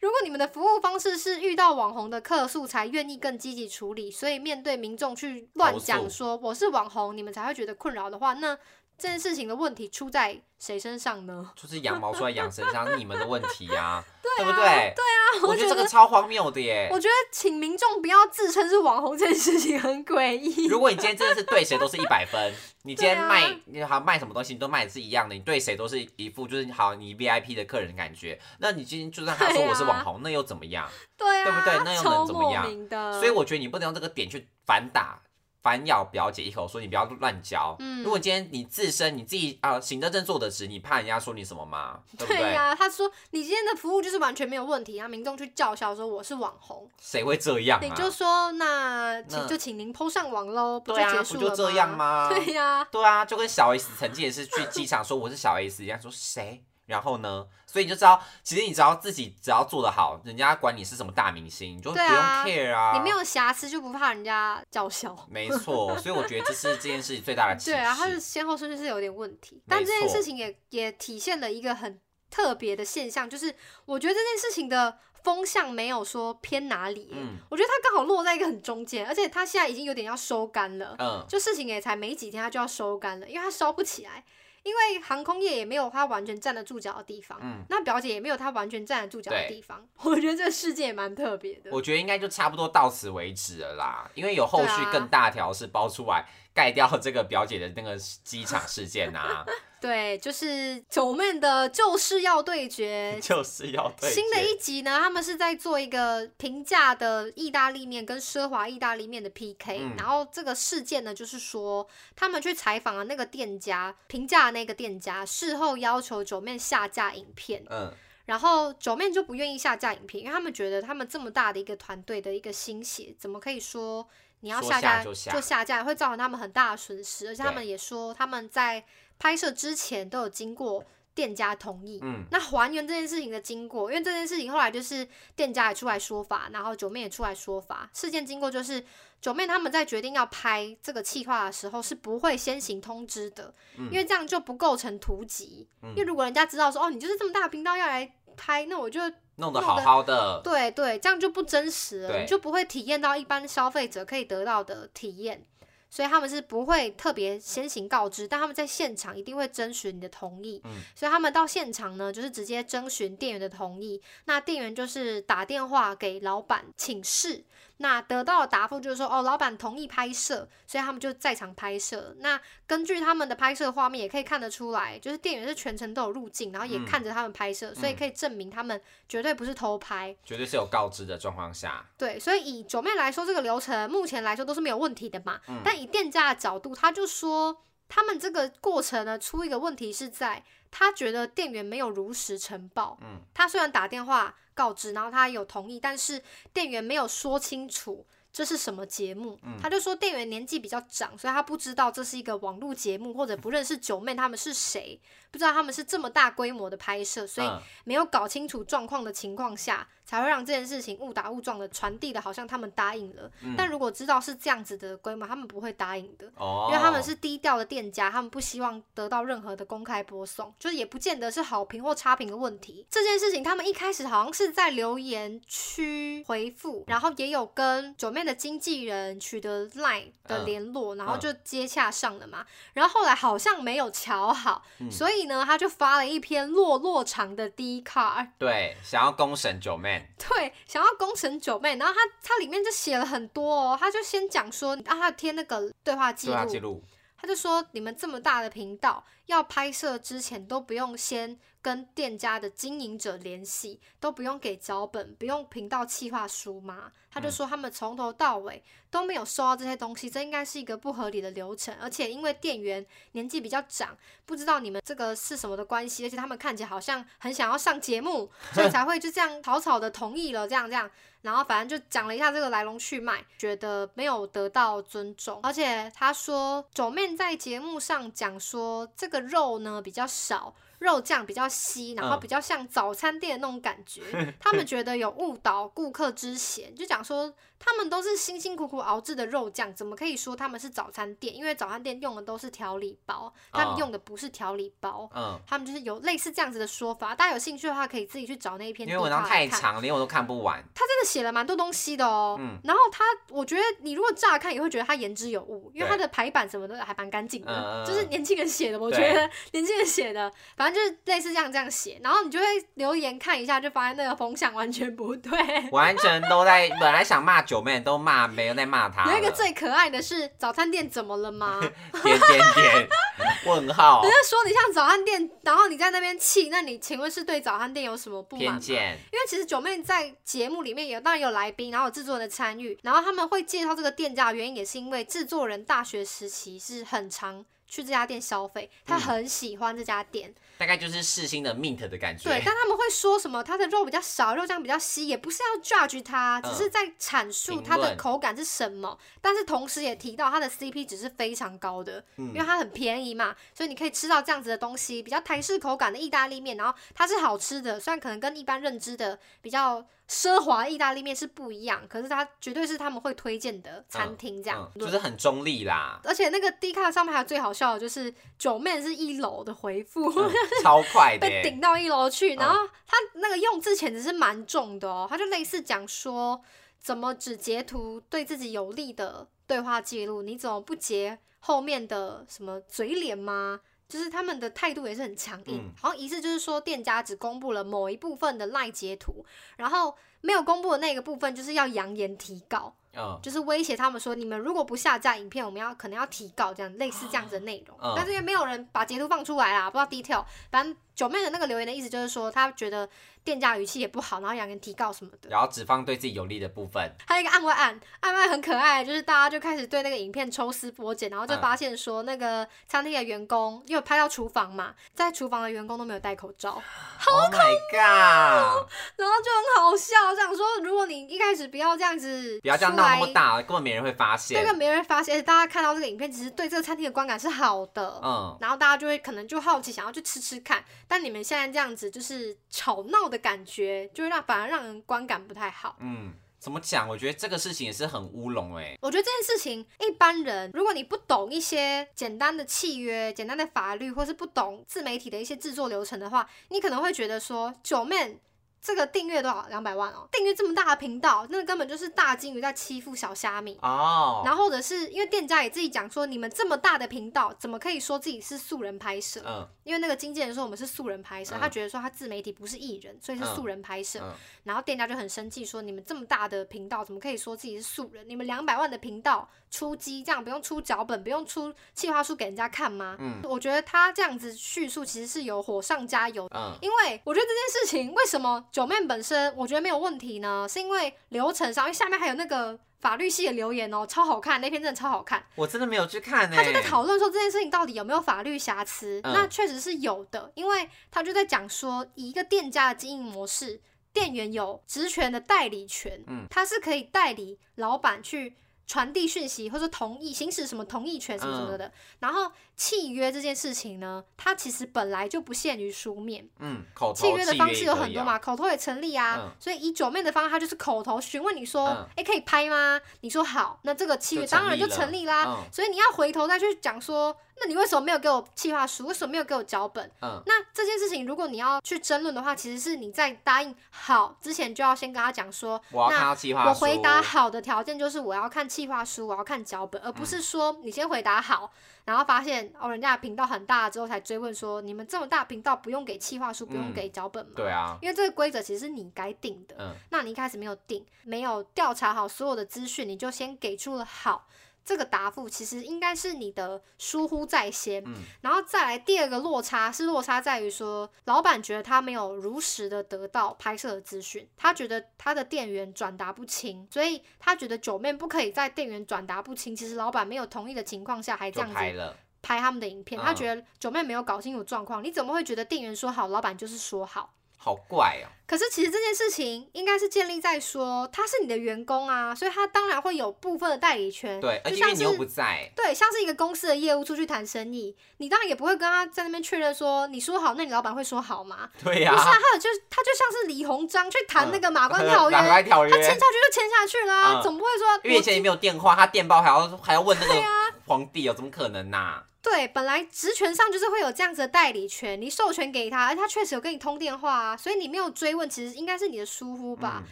[SPEAKER 2] 如果你们的服务方式是遇到网红的客诉才愿意更积极处理，所以面对民众去乱讲
[SPEAKER 1] 投诉
[SPEAKER 2] 说我是网红，你们才会觉得困扰的话，那这件事情的问题出在谁身上呢？
[SPEAKER 1] 就是羊毛出在羊身上，是你们的问题呀、
[SPEAKER 2] <laughs>
[SPEAKER 1] 对不
[SPEAKER 2] 啊
[SPEAKER 1] 对？
[SPEAKER 2] 啊
[SPEAKER 1] 我
[SPEAKER 2] 我
[SPEAKER 1] 觉
[SPEAKER 2] 觉
[SPEAKER 1] 得这
[SPEAKER 2] 得
[SPEAKER 1] 个超荒谬的耶！
[SPEAKER 2] 我觉得请民众不要自称是网红这件事情很诡异。
[SPEAKER 1] 如果你今天真的是对谁都是一百分，
[SPEAKER 2] <laughs>
[SPEAKER 1] 你今天
[SPEAKER 2] 对啊
[SPEAKER 1] 卖你好卖什么东西，你都卖的是一样的，你对谁都是一副就是好你 VIP 的客人的感觉。那你今天就算他说
[SPEAKER 2] 对啊
[SPEAKER 1] 我是网红，那又怎么样？
[SPEAKER 2] 对啊，
[SPEAKER 1] 对不对那又能
[SPEAKER 2] 超
[SPEAKER 1] 怎么样
[SPEAKER 2] 莫名的。 <laughs>
[SPEAKER 1] 所以我觉得你不能用这个点去反打。反咬表姐一口，说你不要乱教。
[SPEAKER 2] 嗯
[SPEAKER 1] 如果今天你自身你自己啊、行得正坐得直，你怕人家说你什么吗？对不
[SPEAKER 2] 对
[SPEAKER 1] 对？
[SPEAKER 2] 呀、他说你今天的服务就是完全没有问题，啊让民众去叫嚣说我是网红，
[SPEAKER 1] 谁、会这样
[SPEAKER 2] 你
[SPEAKER 1] 啊？
[SPEAKER 2] 就说那请
[SPEAKER 1] 那
[SPEAKER 2] 就请您 PO 上网喽，不就
[SPEAKER 1] 对啊，
[SPEAKER 2] 结
[SPEAKER 1] 不
[SPEAKER 2] 束
[SPEAKER 1] 就
[SPEAKER 2] 了
[SPEAKER 1] 这样？吗？
[SPEAKER 2] <laughs> 对呀、
[SPEAKER 1] 对啊，就跟小 S 曾经也是去机场说我是小 S 一样，说谁？然后呢？所以你就知道，其实你只要自己只要做得好，人家管你是什么大明星，你就不
[SPEAKER 2] 对
[SPEAKER 1] 用
[SPEAKER 2] 啊
[SPEAKER 1] care 啊。
[SPEAKER 2] 你没有瑕疵就不怕人家叫嚣。
[SPEAKER 1] 没错，所以我觉得这是这件事情最大的启示。
[SPEAKER 2] 对啊，他的先后顺序是有点问题，但这件
[SPEAKER 1] 错
[SPEAKER 2] 事情也也体现了一个很特别的现象，就是我觉得这件事情的风向没有说偏哪里耶，
[SPEAKER 1] 嗯
[SPEAKER 2] 我觉得它刚好落在一个很中间，而且它现在已经有点要收干了，
[SPEAKER 1] 嗯，
[SPEAKER 2] 就事情也才没几天，它就要收干了，因为它烧不起来。因为航空业也没有他完全站得住脚的地方，
[SPEAKER 1] 嗯
[SPEAKER 2] 那表姐也没有他完全站得住脚的
[SPEAKER 1] 对
[SPEAKER 2] 地方。 <laughs> 我觉得这个世界也蛮特别的。
[SPEAKER 1] 我觉得应该就差不多到此为止了啦，因为有后续
[SPEAKER 2] 对啊
[SPEAKER 1] 更大条是包出来盖掉这个表姐的那个机场事件啊
[SPEAKER 2] <laughs>
[SPEAKER 1] 呐、。
[SPEAKER 2] 对，就是九妹的就是要对决
[SPEAKER 1] 就是要对
[SPEAKER 2] 新的
[SPEAKER 1] 决
[SPEAKER 2] 一集呢，他们是在做一个平价的意大利面跟奢华意大利面的 PK、
[SPEAKER 1] 嗯
[SPEAKER 2] 然后这个事件呢，就是说他们去采访了那个店家，平价的那个店家，事后要求九妹下架影片，
[SPEAKER 1] 嗯
[SPEAKER 2] 然后九妹就不愿意下架影片，因为他们觉得他们这么大的一个团队的一个心血，怎么可以说你要
[SPEAKER 1] 说
[SPEAKER 2] 下
[SPEAKER 1] 下
[SPEAKER 2] 架
[SPEAKER 1] 就下
[SPEAKER 2] 架，会造成他们很大的损失。而且他
[SPEAKER 1] 对
[SPEAKER 2] 们也说他们在拍摄之前都有经过店家同意。
[SPEAKER 1] 嗯，
[SPEAKER 2] 那还原这件事情的经过，因为这件事情后来就是店家也出来说法，然后九妹也出来说法。事件经过就是九妹他们在决定要拍这个企划的时候是不会先行通知的，
[SPEAKER 1] 嗯
[SPEAKER 2] 因为这样就不构成图集。
[SPEAKER 1] 嗯
[SPEAKER 2] 因为如果人家知道说哦，你就是这么大的频道要来拍，那我就
[SPEAKER 1] 弄得
[SPEAKER 2] 弄
[SPEAKER 1] 好
[SPEAKER 2] 得
[SPEAKER 1] 好的，
[SPEAKER 2] 对对，这样就不真实了，
[SPEAKER 1] 对
[SPEAKER 2] 你就不会体验到一般消费者可以得到的体验。所以他们是不会特别先行告知，但他们在现场一定会征询你的同意。
[SPEAKER 1] 嗯
[SPEAKER 2] 所以他们到现场呢，就是直接征询店员的同意。那店员就是打电话给老板请示，那得到的答复就是说，哦，老板同意拍摄，所以他们就在场拍摄。那根据他们的拍摄画面也可以看得出来，就是店员是全程都有入镜，然后也
[SPEAKER 1] 嗯
[SPEAKER 2] 看着他们拍摄，所以
[SPEAKER 1] 嗯
[SPEAKER 2] 可以证明他们绝对不是偷拍。
[SPEAKER 1] 绝对是有告知的状况下，
[SPEAKER 2] 对，所以以九妹来说，这个流程目前来说都是没有问题的嘛。但以店家的角度，他就说他们这个过程呢，出一个问题是在他觉得店员没有如实呈报。
[SPEAKER 1] 嗯，
[SPEAKER 2] 他虽然打电话告知，然后他有同意，但是店员没有说清楚。这是什么节目？他就说店员年纪比较长，所以他不知道这是一个网络节目，或者不认识九妹他们是谁，不知道他们是这么大规模的拍摄，所以
[SPEAKER 1] 嗯
[SPEAKER 2] 没有搞清楚状况的情况下，才会让这件事情误打误撞的传递的，好像他们答应了。但如果知道是这样子的规模，他们不会答应的，
[SPEAKER 1] 哦，
[SPEAKER 2] 因为他们是低调的店家，他们不希望得到任何的公开播送，就是也不见得是好评或差评的问题。这件事情他们一开始好像是在留言区回复，然后也有跟九妹的经纪人取得 LINE 的
[SPEAKER 1] 嗯
[SPEAKER 2] 联络，然后
[SPEAKER 1] 嗯
[SPEAKER 2] 就接洽上了嘛。然后后来好像没有瞧好，
[SPEAKER 1] 嗯
[SPEAKER 2] 所以呢，他就发了一篇落落长的 D 卡，
[SPEAKER 1] 对想要公审九妹，
[SPEAKER 2] 对，想要攻城九妹，然后他他里面就写了很多哦，他就先讲说，啊，他贴那个对话记
[SPEAKER 1] 对啊，记
[SPEAKER 2] 录，
[SPEAKER 1] 录，
[SPEAKER 2] 他就说你们这么大的频道，要拍摄之前都不用先跟店家的经营者联系，都不用给脚本，不用频道企划书吗？他就说他们从头到尾都没有收到这些东西，这应该是一个不合理的流程，而且因为店员年纪比较长，不知道你们这个是什么的关系，而且他们看起来好像很想要上节目，所以才会就这样草草的同意了，这样这样。然后反正就讲了一下这个来龙去脉，觉得没有得到尊重，而且他说九妹在节目上讲说这个肉呢比较少，肉酱比较稀，然后
[SPEAKER 1] 嗯
[SPEAKER 2] 比较像早餐店的那种感觉，他们觉得有误导顾客之嫌，就讲说他们都是辛辛苦苦熬制的肉酱，怎么可以说他们是早餐店？因为早餐店用的都是调理包，他们
[SPEAKER 1] 哦
[SPEAKER 2] 用的不是调理包。
[SPEAKER 1] 嗯，
[SPEAKER 2] 他们就是有类似这样子的说法，大家有兴趣的话可以自己去找那一篇。
[SPEAKER 1] 因为文章太，长，连我都看不完，
[SPEAKER 2] 他真的写了蛮多东西的哦。
[SPEAKER 1] 嗯
[SPEAKER 2] 然后他，我觉得你如果乍看也会觉得他言之有物，因为
[SPEAKER 1] 对
[SPEAKER 2] 他的排版什么的还蛮干净的，
[SPEAKER 1] 嗯嗯嗯
[SPEAKER 2] 就是年轻人写的。我觉
[SPEAKER 1] 对
[SPEAKER 2] 得 <laughs> 年轻人写的，反正就是类似这样这样写，然后你就会留言看一下，就发现那个风向完全不对。
[SPEAKER 1] 完全都在本来想骂九妹，都骂没有在骂她了，
[SPEAKER 2] 有一个最可爱的是早餐店怎么了吗？人
[SPEAKER 1] <laughs> 点点点 <laughs> 问号
[SPEAKER 2] 家说你像早餐店，然后你在那边气，那你请问是对早餐店有什么不满啊
[SPEAKER 1] 偏
[SPEAKER 2] 吗？
[SPEAKER 1] 见，
[SPEAKER 2] 因为其实九妹在节目里面有，当然有来宾，然后有制作人的参与，然后他们会介绍这个店家的原因，也是因为制作人大学时期是很常去这家店消费，他
[SPEAKER 1] 嗯
[SPEAKER 2] 很喜欢这家店，
[SPEAKER 1] 大概就是世新的 mint 的感觉，
[SPEAKER 2] 对，但他们会说什么他的肉比较少，肉酱比较稀，也不是要 judge 他，只
[SPEAKER 1] 嗯
[SPEAKER 2] 是在阐述
[SPEAKER 1] 评
[SPEAKER 2] 它的
[SPEAKER 1] 论
[SPEAKER 2] 口感是什么，但是同时也提到它的 CP 值是非常高的，
[SPEAKER 1] 嗯
[SPEAKER 2] 因为它很便宜嘛，所以你可以吃到这样子的东西，比较台式口感的意大利面，然后它是好吃的，虽然可能跟一般认知的比较奢华意大利面是不一样，可是它绝对是他们会推荐的餐厅这样
[SPEAKER 1] 嗯。就是很中立啦，
[SPEAKER 2] 而且那个 D 卡上面还有最好笑的就是九妹是一楼的回复，
[SPEAKER 1] 嗯超快的
[SPEAKER 2] <laughs> 被
[SPEAKER 1] 耶，
[SPEAKER 2] 顶哦到一楼去，
[SPEAKER 1] 嗯
[SPEAKER 2] 然后他那个用字简直是蛮重的哦，他就类似讲说，怎么只截图对自己有利的对话记录，你怎么不截后面的什么嘴脸吗？就是他们的态度也是很强硬，
[SPEAKER 1] 嗯
[SPEAKER 2] 好像疑似就是说店家只公布了某一部分的赖截图，然后没有公布的那个部分就是要扬言提告，
[SPEAKER 1] 嗯
[SPEAKER 2] 就是威胁他们说你们如果不下架影片，我们要可能要提告这样类似这样子的内容。
[SPEAKER 1] 嗯
[SPEAKER 2] 但是因为没有人把截图放出来啦，不知道 detail。反正九妹的那个留言的意思就是说，她觉得店家语气也不好，然后扬言提告什么的。
[SPEAKER 1] 然后只放对自己有利的部分，
[SPEAKER 2] 还有一个案外案，案外很可爱，就是大家就开始对那个影片抽丝剥茧，
[SPEAKER 1] 嗯
[SPEAKER 2] 然后就发现说那个餐厅的员工，因为有拍到厨房嘛，在厨房的员工都没有戴口罩，
[SPEAKER 1] 好 oh my god！
[SPEAKER 2] 然后就很好笑。想说，如果你一开始不要这样子，
[SPEAKER 1] 不要这样闹那么，大，根本没人会发现
[SPEAKER 2] 这。个没人发现，而且大家看到这个影片，其实对这个餐厅的观感是好的。
[SPEAKER 1] 嗯，
[SPEAKER 2] 然后大家就会可能就好奇，想要去吃吃看，但你们现在这样子就是吵闹的感觉，就会让反而让人观感不太好。
[SPEAKER 1] 嗯，怎么讲？我觉得这个事情也是很乌龙哎、
[SPEAKER 2] 我觉得这件事情，一般人如果你不懂一些简单的契约、简单的法律，或是不懂自媒体的一些制作流程的话，你可能会觉得说，九妹这个订阅多少两百万哦，订阅这么大的频道，那根本就是大金鱼在欺负小虾米。
[SPEAKER 1] 哦，
[SPEAKER 2] 然后或者是因为店家也自己讲说，你们这么大的频道，怎么可以说自己是素人拍摄？
[SPEAKER 1] 嗯
[SPEAKER 2] 因为那个经纪人说我们是素人拍摄，
[SPEAKER 1] 嗯
[SPEAKER 2] 他觉得说他自媒体不是艺人，所以是素人拍摄。
[SPEAKER 1] 嗯
[SPEAKER 2] 然后店家就很生气，说你们这么大的频道，怎么可以说自己是素人？你们两百万的频道出击，这样不用出脚本，不用出企划书给人家看吗？
[SPEAKER 1] 嗯
[SPEAKER 2] 我觉得他这样子叙述其实是有火上加油。
[SPEAKER 1] 嗯
[SPEAKER 2] 因为我觉得这件事情为什么九妹本身我觉得没有问题呢？是因为流程上，因为下面还有那个法律系的留言哦，超好看，那篇真的超好看。
[SPEAKER 1] 我真的没有去看哎、
[SPEAKER 2] 他就在讨论说这件事情到底有没有法律瑕疵，
[SPEAKER 1] 嗯
[SPEAKER 2] 那确实是有的，因为他就在讲说，以一个店家的经营模式，店员有职权的代理权，
[SPEAKER 1] 嗯
[SPEAKER 2] 他是可以代理老板去传递讯息，或者说同意行使什么同意权什么什么
[SPEAKER 1] 嗯
[SPEAKER 2] 的。然后契约这件事情呢，它其实本来就不限于书面，
[SPEAKER 1] 嗯口头
[SPEAKER 2] 契约的方式有
[SPEAKER 1] 也可
[SPEAKER 2] 很
[SPEAKER 1] 以
[SPEAKER 2] 多
[SPEAKER 1] 啊
[SPEAKER 2] 嘛，，口头也成立啊。
[SPEAKER 1] 嗯
[SPEAKER 2] 所以以九妹的方式，她就是口头询问你说：“哎
[SPEAKER 1] 嗯
[SPEAKER 2] 诶，可以拍吗？”你说好，那这个契约
[SPEAKER 1] 就成
[SPEAKER 2] 当然就
[SPEAKER 1] 立了
[SPEAKER 2] 成立啦。
[SPEAKER 1] 嗯
[SPEAKER 2] 所以你要回头再去讲说，那你为什么没有给我计划书？为什么没有给我脚本？
[SPEAKER 1] 嗯
[SPEAKER 2] 那这件事情，如果你要去争论的话，其实是你在答应好之前就要先跟他讲说，
[SPEAKER 1] 我要看
[SPEAKER 2] 那
[SPEAKER 1] 到计划
[SPEAKER 2] 我
[SPEAKER 1] 书嗯
[SPEAKER 2] 回答好的条件就是我要看计划书，我要看脚本，而不是说你先回答好，然后发现哦人家的频道很大之后才追问说，你们这么大频道不用给计划书，不用
[SPEAKER 1] 嗯
[SPEAKER 2] 给脚本吗？
[SPEAKER 1] 对啊，
[SPEAKER 2] 因为这个规则其实是你该定的，
[SPEAKER 1] 嗯
[SPEAKER 2] 那你一开始没有定，没有调查好所有的资讯，你就先给出了好这个答复，其实应该是你的疏忽在先。
[SPEAKER 1] 嗯
[SPEAKER 2] 然后再来第二个落差是落差在于说，老板觉得他没有如实的得到拍摄的资讯，他觉得他的店员转达不清，所以他觉得九妹不可以在店员转达不清，其实老板没有同意的情况下还这
[SPEAKER 1] 就
[SPEAKER 2] 样子
[SPEAKER 1] 拍了，
[SPEAKER 2] 拍他们的影片，他
[SPEAKER 1] 嗯
[SPEAKER 2] 觉得九妹没有搞清楚状况，你怎么会觉得店员说好，老板就是说好？
[SPEAKER 1] 好怪哦、
[SPEAKER 2] 可是其实这件事情应该是建立在说他是你的员工啊，所以他当然会有部分的代理权。
[SPEAKER 1] 对，而且因
[SPEAKER 2] 就像
[SPEAKER 1] 为你
[SPEAKER 2] 是
[SPEAKER 1] 又不在，
[SPEAKER 2] 对，像是一个公司的业务出去谈生意，你当然也不会跟他在那边确认说你说好，那你老板会说好吗？
[SPEAKER 1] 对嗯
[SPEAKER 2] 不
[SPEAKER 1] 呀、
[SPEAKER 2] 是啊，他有就他就像是李鸿章去谈那个马关条
[SPEAKER 1] <laughs>
[SPEAKER 2] 约，
[SPEAKER 1] 马关条
[SPEAKER 2] 他签下去
[SPEAKER 1] 约，
[SPEAKER 2] 就签下去啦、
[SPEAKER 1] 嗯
[SPEAKER 2] 总不会说
[SPEAKER 1] 因为以
[SPEAKER 2] 我
[SPEAKER 1] 前也没有电话，他电报还要还要问那
[SPEAKER 2] 啊
[SPEAKER 1] 个皇帝哦，怎么可能呐、
[SPEAKER 2] 对，本来职权上就是会有这样子的代理权，你授权给他，而他确实有跟你通电话啊，所以你没有追问，其实应该是你的疏忽吧。
[SPEAKER 1] 嗯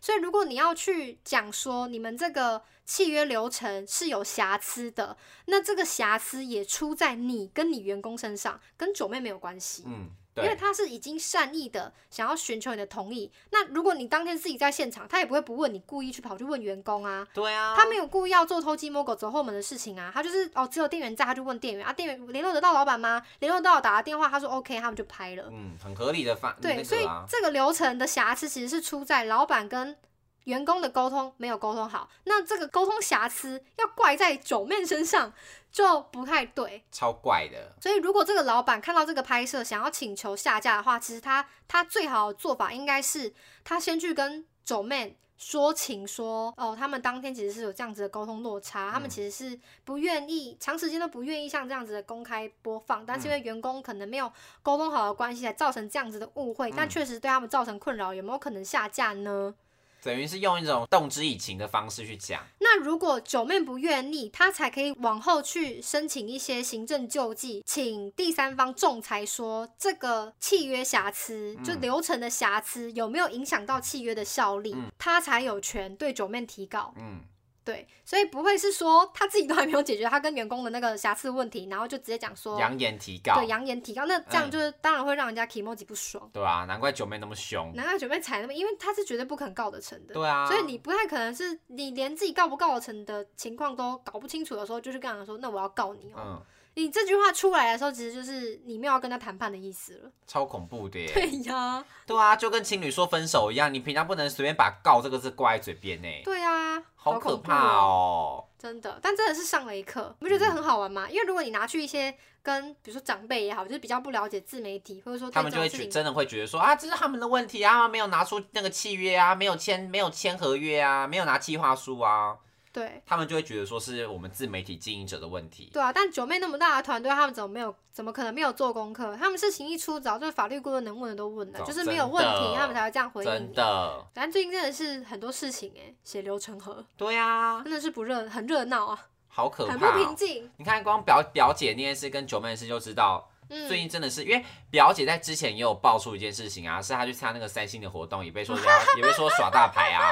[SPEAKER 2] 所以如果你要去讲说你们这个契约流程是有瑕疵的，那这个瑕疵也出在你跟你员工身上，跟九妹没有关系。
[SPEAKER 1] 嗯，
[SPEAKER 2] 因为
[SPEAKER 1] 对，
[SPEAKER 2] 他是已经善意的想要寻求你的同意，那如果你当天自己在现场，他也不会不问你，故意去跑去问员工啊，
[SPEAKER 1] 对啊，
[SPEAKER 2] 他没有故意要做偷鸡摸狗走后门的事情啊，他就是哦，只有店员在，他就问店员啊，店员联络得到老板吗？联络得到打了电话，他说 OK，他们就拍了。
[SPEAKER 1] 嗯，很合理的发
[SPEAKER 2] 对，
[SPEAKER 1] 那
[SPEAKER 2] 所以
[SPEAKER 1] 个啊，
[SPEAKER 2] 这个流程的瑕疵其实是出在老板跟员工的沟通没有沟通好，那这个沟通瑕疵要怪在九面身上就不太对。
[SPEAKER 1] 超怪的，
[SPEAKER 2] 所以，如果这个老板看到这个拍摄，想要请求下架的话，其实他他最好的做法应该是他先去跟九妹说情说，哦，他们当天其实是有这样子的沟通落差，他们
[SPEAKER 1] 嗯
[SPEAKER 2] 其实是不愿意长时间都不愿意像这样子的公开播放，
[SPEAKER 1] 嗯
[SPEAKER 2] 但是因为员工可能没有沟通好的关系，才造成这样子的误会，但
[SPEAKER 1] 嗯
[SPEAKER 2] 确实对他们造成困扰，有没有可能下架呢？
[SPEAKER 1] 等于是用一种动之以情的方式去讲，
[SPEAKER 2] 那如果九妹不愿意，她才可以往后去申请一些行政救济，请第三方仲裁说这个契约瑕疵，就
[SPEAKER 1] 嗯
[SPEAKER 2] 流程的瑕疵有没有影响到契约的效力，她才有权对九妹提告。
[SPEAKER 1] 嗯，
[SPEAKER 2] 对，所以不会是说他自己都还没有解决他跟员工的那个瑕疵问题，然后就直接讲说
[SPEAKER 1] 扬言提告，
[SPEAKER 2] 哦
[SPEAKER 1] 嗯
[SPEAKER 2] 对扬言提高，那这样就是当然会让人家 emoji 不爽。
[SPEAKER 1] 对啊，难怪九妹那么凶。
[SPEAKER 2] 难怪九妹踩那么，因为他是绝对不肯告得成的。
[SPEAKER 1] 对啊，
[SPEAKER 2] 所以你不太可能是你连自己告不告得成的情况都搞不清楚的时候，就去跟他说：“那我要告你哦、
[SPEAKER 1] 嗯，
[SPEAKER 2] 你这句话出来的时候，其实就是你没有要跟他谈判的意思了。
[SPEAKER 1] 超恐怖的耶。
[SPEAKER 2] 对 <laughs> 呀，
[SPEAKER 1] 对啊，就跟情侣说分手一样，你平常不能随便把“告”这个字挂在嘴边呢，
[SPEAKER 2] 对呀，
[SPEAKER 1] 好可
[SPEAKER 2] 恐怖
[SPEAKER 1] 怕哦。嗯
[SPEAKER 2] 真的，但真的是上了一课，你不觉得这很好玩吗？因为如果你拿去一些跟比如说长辈也好，就是比较不了解自媒体，或者说对
[SPEAKER 1] 他们
[SPEAKER 2] 这
[SPEAKER 1] 就
[SPEAKER 2] 种
[SPEAKER 1] 会
[SPEAKER 2] 事
[SPEAKER 1] 觉
[SPEAKER 2] 情
[SPEAKER 1] 真的会觉得说啊，这是他们的问题啊，他们没有拿出那个契约啊，没有签没有签合约啊，没有拿计划书啊，
[SPEAKER 2] 对
[SPEAKER 1] 他们就会觉得说是我们自媒体经营者的问题。
[SPEAKER 2] 对啊。但九妹那么大的团队，他们怎么没有？怎么可能没有做功课？他们事情一出，早就是法律顾问能问的都问了，
[SPEAKER 1] 哦
[SPEAKER 2] 就是没有问
[SPEAKER 1] 真
[SPEAKER 2] 题，
[SPEAKER 1] 的
[SPEAKER 2] 他们才会这样回应
[SPEAKER 1] 真
[SPEAKER 2] 你。
[SPEAKER 1] 的，
[SPEAKER 2] 但最近真的是很多事情哎、血流成河，
[SPEAKER 1] 对啊，
[SPEAKER 2] 真的是不热，很热闹啊，
[SPEAKER 1] 好可
[SPEAKER 2] 很不
[SPEAKER 1] 怕哦、
[SPEAKER 2] 平静。
[SPEAKER 1] 你看，光表表姐那件事跟九妹的事就知道，
[SPEAKER 2] 嗯，
[SPEAKER 1] 最近真的是因为表姐在之前也有爆出一件事情啊，是她去参加那个三星的活动，也被说 <laughs> 也被说耍大牌啊，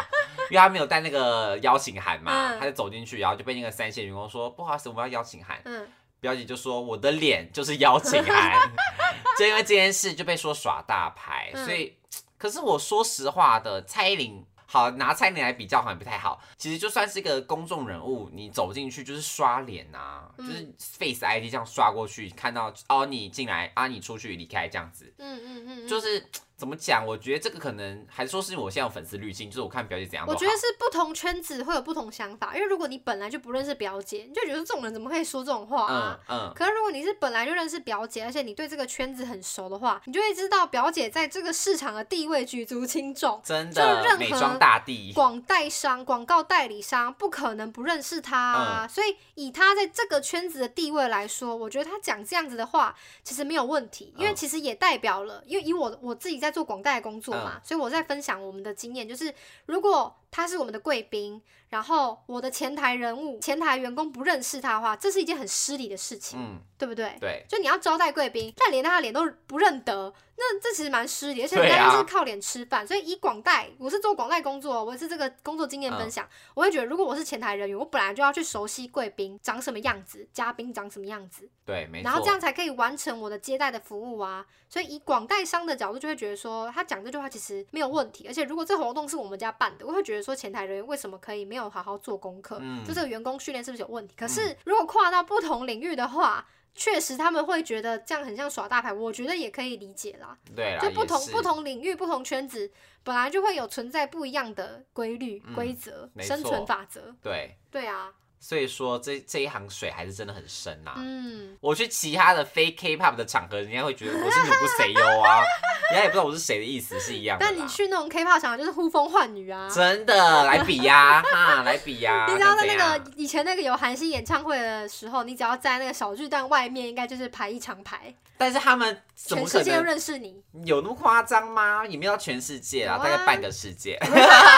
[SPEAKER 1] 因为她没有带那个邀请函嘛，
[SPEAKER 2] 嗯
[SPEAKER 1] 她就走进去，然后就被那个三星员工说不好意思，我们要邀请函。
[SPEAKER 2] 嗯，
[SPEAKER 1] 表姐就说我的脸就是邀请函，
[SPEAKER 2] <laughs>
[SPEAKER 1] 就因为这件事就被说耍大牌，
[SPEAKER 2] 嗯
[SPEAKER 1] 所以可是我说实话的，蔡依林。好，拿蔡依林来比较好像不太好。其实就算是一个公众人物，你走进去就是刷脸啊，
[SPEAKER 2] 嗯
[SPEAKER 1] 就是 Face ID 这样刷过去，看到哦你进来啊你出去离开这样子，
[SPEAKER 2] 嗯嗯嗯，嗯
[SPEAKER 1] 就是怎么讲？我觉得这个可能还是说是我现在有粉丝滤镜，就是我看表姐怎样都
[SPEAKER 2] 我
[SPEAKER 1] 好。
[SPEAKER 2] 觉得是不同圈子会有不同想法，因为如果你本来就不认识表姐，你就觉得这种人怎么可以说这种话啊？
[SPEAKER 1] 嗯嗯，
[SPEAKER 2] 可是如果你是本来就认识表姐，而且你对这个圈子很熟的话，你就会知道表姐在这个市场的地位举足轻重。
[SPEAKER 1] 真
[SPEAKER 2] 就是任
[SPEAKER 1] 的
[SPEAKER 2] 何
[SPEAKER 1] 美妆大帝，
[SPEAKER 2] 广代商、广告代理商不可能不认识她、
[SPEAKER 1] 嗯
[SPEAKER 2] 啊，所以以她在这个圈子的地位来说，我觉得她讲这样子的话其实没有问题，因为
[SPEAKER 1] 嗯
[SPEAKER 2] 其实也代表了，因为以我我自己在做广代的工作
[SPEAKER 1] 嗯
[SPEAKER 2] 嘛，所以我在分享我们的经验，就是如果他是我们的贵宾，然后我的前台人物、前台员工不认识他的话，这是一件很失礼的事情，
[SPEAKER 1] 嗯
[SPEAKER 2] 对不对？
[SPEAKER 1] 对，
[SPEAKER 2] 就你要招待贵宾，但连他的脸都不认得，那这其实蛮失礼，而且人
[SPEAKER 1] 对
[SPEAKER 2] 家
[SPEAKER 1] 啊
[SPEAKER 2] 又是靠脸吃饭，所以以广代，我是做广代工作，我是这个工作经验分享，我会觉得如果我是前台人员，我本来就要去熟悉贵宾长什么样子，嘉宾长什么样子，
[SPEAKER 1] 对，没错。
[SPEAKER 2] 然后这样才可以完成我的接待的服务啊。所以以广代商的角度，就会觉得说他讲这句话其实没有问题，而且如果这活动是我们家办的，我会觉得说前台人员为什么可以没有好好做功课，
[SPEAKER 1] 嗯
[SPEAKER 2] 就这个员工训练是不是有问题？可是如果跨到不同领域的话。确实，他们会觉得这样很像耍大牌，我觉得也可以理解啦。
[SPEAKER 1] 对啦，啊
[SPEAKER 2] 就不
[SPEAKER 1] 也
[SPEAKER 2] 同
[SPEAKER 1] 是
[SPEAKER 2] 不同领域、不同圈子，本来就会有存在不一样的规律、
[SPEAKER 1] 嗯
[SPEAKER 2] 规则、
[SPEAKER 1] 没
[SPEAKER 2] 生存
[SPEAKER 1] 错
[SPEAKER 2] 法则。
[SPEAKER 1] 对，
[SPEAKER 2] 对啊，
[SPEAKER 1] 所以说这这一行水还是真的很深呐、
[SPEAKER 2] 嗯，
[SPEAKER 1] 我去其他的非 K-pop 的场合，人家会觉得我是女不谁优啊， <laughs> 人家也不知道我是谁的意思是一样的啦。
[SPEAKER 2] 但你去那种 K-pop 场就是呼风唤雨啊，
[SPEAKER 1] 真的来比
[SPEAKER 2] <laughs>
[SPEAKER 1] 呀、哈，来比呀、
[SPEAKER 2] 你知
[SPEAKER 1] 看
[SPEAKER 2] 道在
[SPEAKER 1] 怎
[SPEAKER 2] 那
[SPEAKER 1] 样
[SPEAKER 2] 个以前那个有韩星演唱会的时候，你只要在那个小巨蛋外面，应该就是排一长排，
[SPEAKER 1] 但是他们怎
[SPEAKER 2] 全
[SPEAKER 1] 么
[SPEAKER 2] 世
[SPEAKER 1] 可
[SPEAKER 2] 界都
[SPEAKER 1] 能
[SPEAKER 2] 认识你。
[SPEAKER 1] 有那么夸张吗？也没有到全世界啦，
[SPEAKER 2] 有啊
[SPEAKER 1] 大概半个世
[SPEAKER 2] <laughs>
[SPEAKER 1] 界，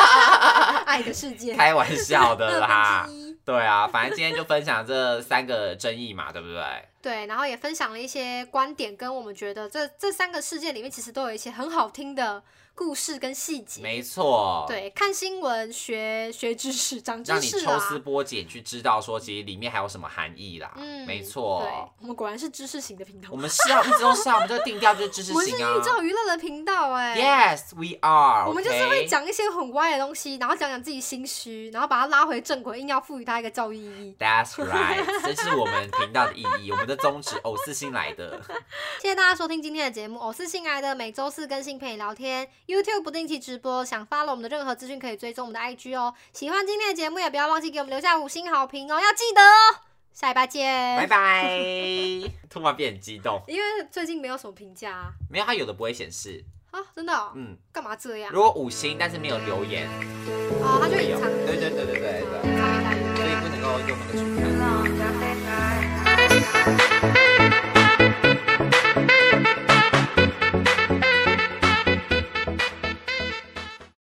[SPEAKER 2] 爱的世界，
[SPEAKER 1] 开玩笑的
[SPEAKER 2] 二
[SPEAKER 1] 啦
[SPEAKER 2] <laughs> 分之。一。
[SPEAKER 1] 对啊，反正今天就分享这三个争议嘛，对不对？
[SPEAKER 2] 对，然后也分享了一些观点，跟我们觉得这这三个事件里面，其实都有一些很好听的故事跟细节。
[SPEAKER 1] 没错，，
[SPEAKER 2] 对，看新闻学学知识，长知
[SPEAKER 1] 让你
[SPEAKER 2] 识
[SPEAKER 1] 抽丝
[SPEAKER 2] 啦。
[SPEAKER 1] 剥茧去知道说，其实里面还有什么含义啦。
[SPEAKER 2] 嗯，
[SPEAKER 1] 没错。
[SPEAKER 2] 对，我们果然是知识型的频道
[SPEAKER 1] 我，们是啊，一直都是啊，我们这个定调就是知识
[SPEAKER 2] 我们是
[SPEAKER 1] 型啊
[SPEAKER 2] 寓。教于乐的频道哎。
[SPEAKER 1] Yes, we are。
[SPEAKER 2] 我们就是会，讲一些很歪的东西，然后讲讲自己心虚，然后把它拉回正轨，硬要赋予它一个教育意义。
[SPEAKER 1] That's
[SPEAKER 2] <laughs>
[SPEAKER 1] right，这是我们频道的意义，我们的宗旨，偶四新来
[SPEAKER 2] <laughs>
[SPEAKER 1] 的。
[SPEAKER 2] 谢谢大家收听今天的节目，偶是新来的，每周四更新陪你聊天，YouTube 不定期直播，想 follow 我们的任何资讯可以追踪我们的 IG 哦。喜欢今天的节目也不要忘记给我们留下五星好评哦，要记得哦。下礼拜见，
[SPEAKER 1] 拜。拜。突然变很激动，
[SPEAKER 2] 因为最近没有什么评价啊，
[SPEAKER 1] 没有，它有的不会显示。
[SPEAKER 2] 啊真的、哦，
[SPEAKER 1] 嗯，
[SPEAKER 2] 干嘛这样？
[SPEAKER 1] 如果五星但是没有留言，
[SPEAKER 2] 哦，他就
[SPEAKER 1] 会
[SPEAKER 2] 隐
[SPEAKER 1] 有。
[SPEAKER 2] 藏，
[SPEAKER 1] 对对对对对对，
[SPEAKER 2] 藏一下。
[SPEAKER 1] 所以不能够用那个去看。
[SPEAKER 2] 知道，不要看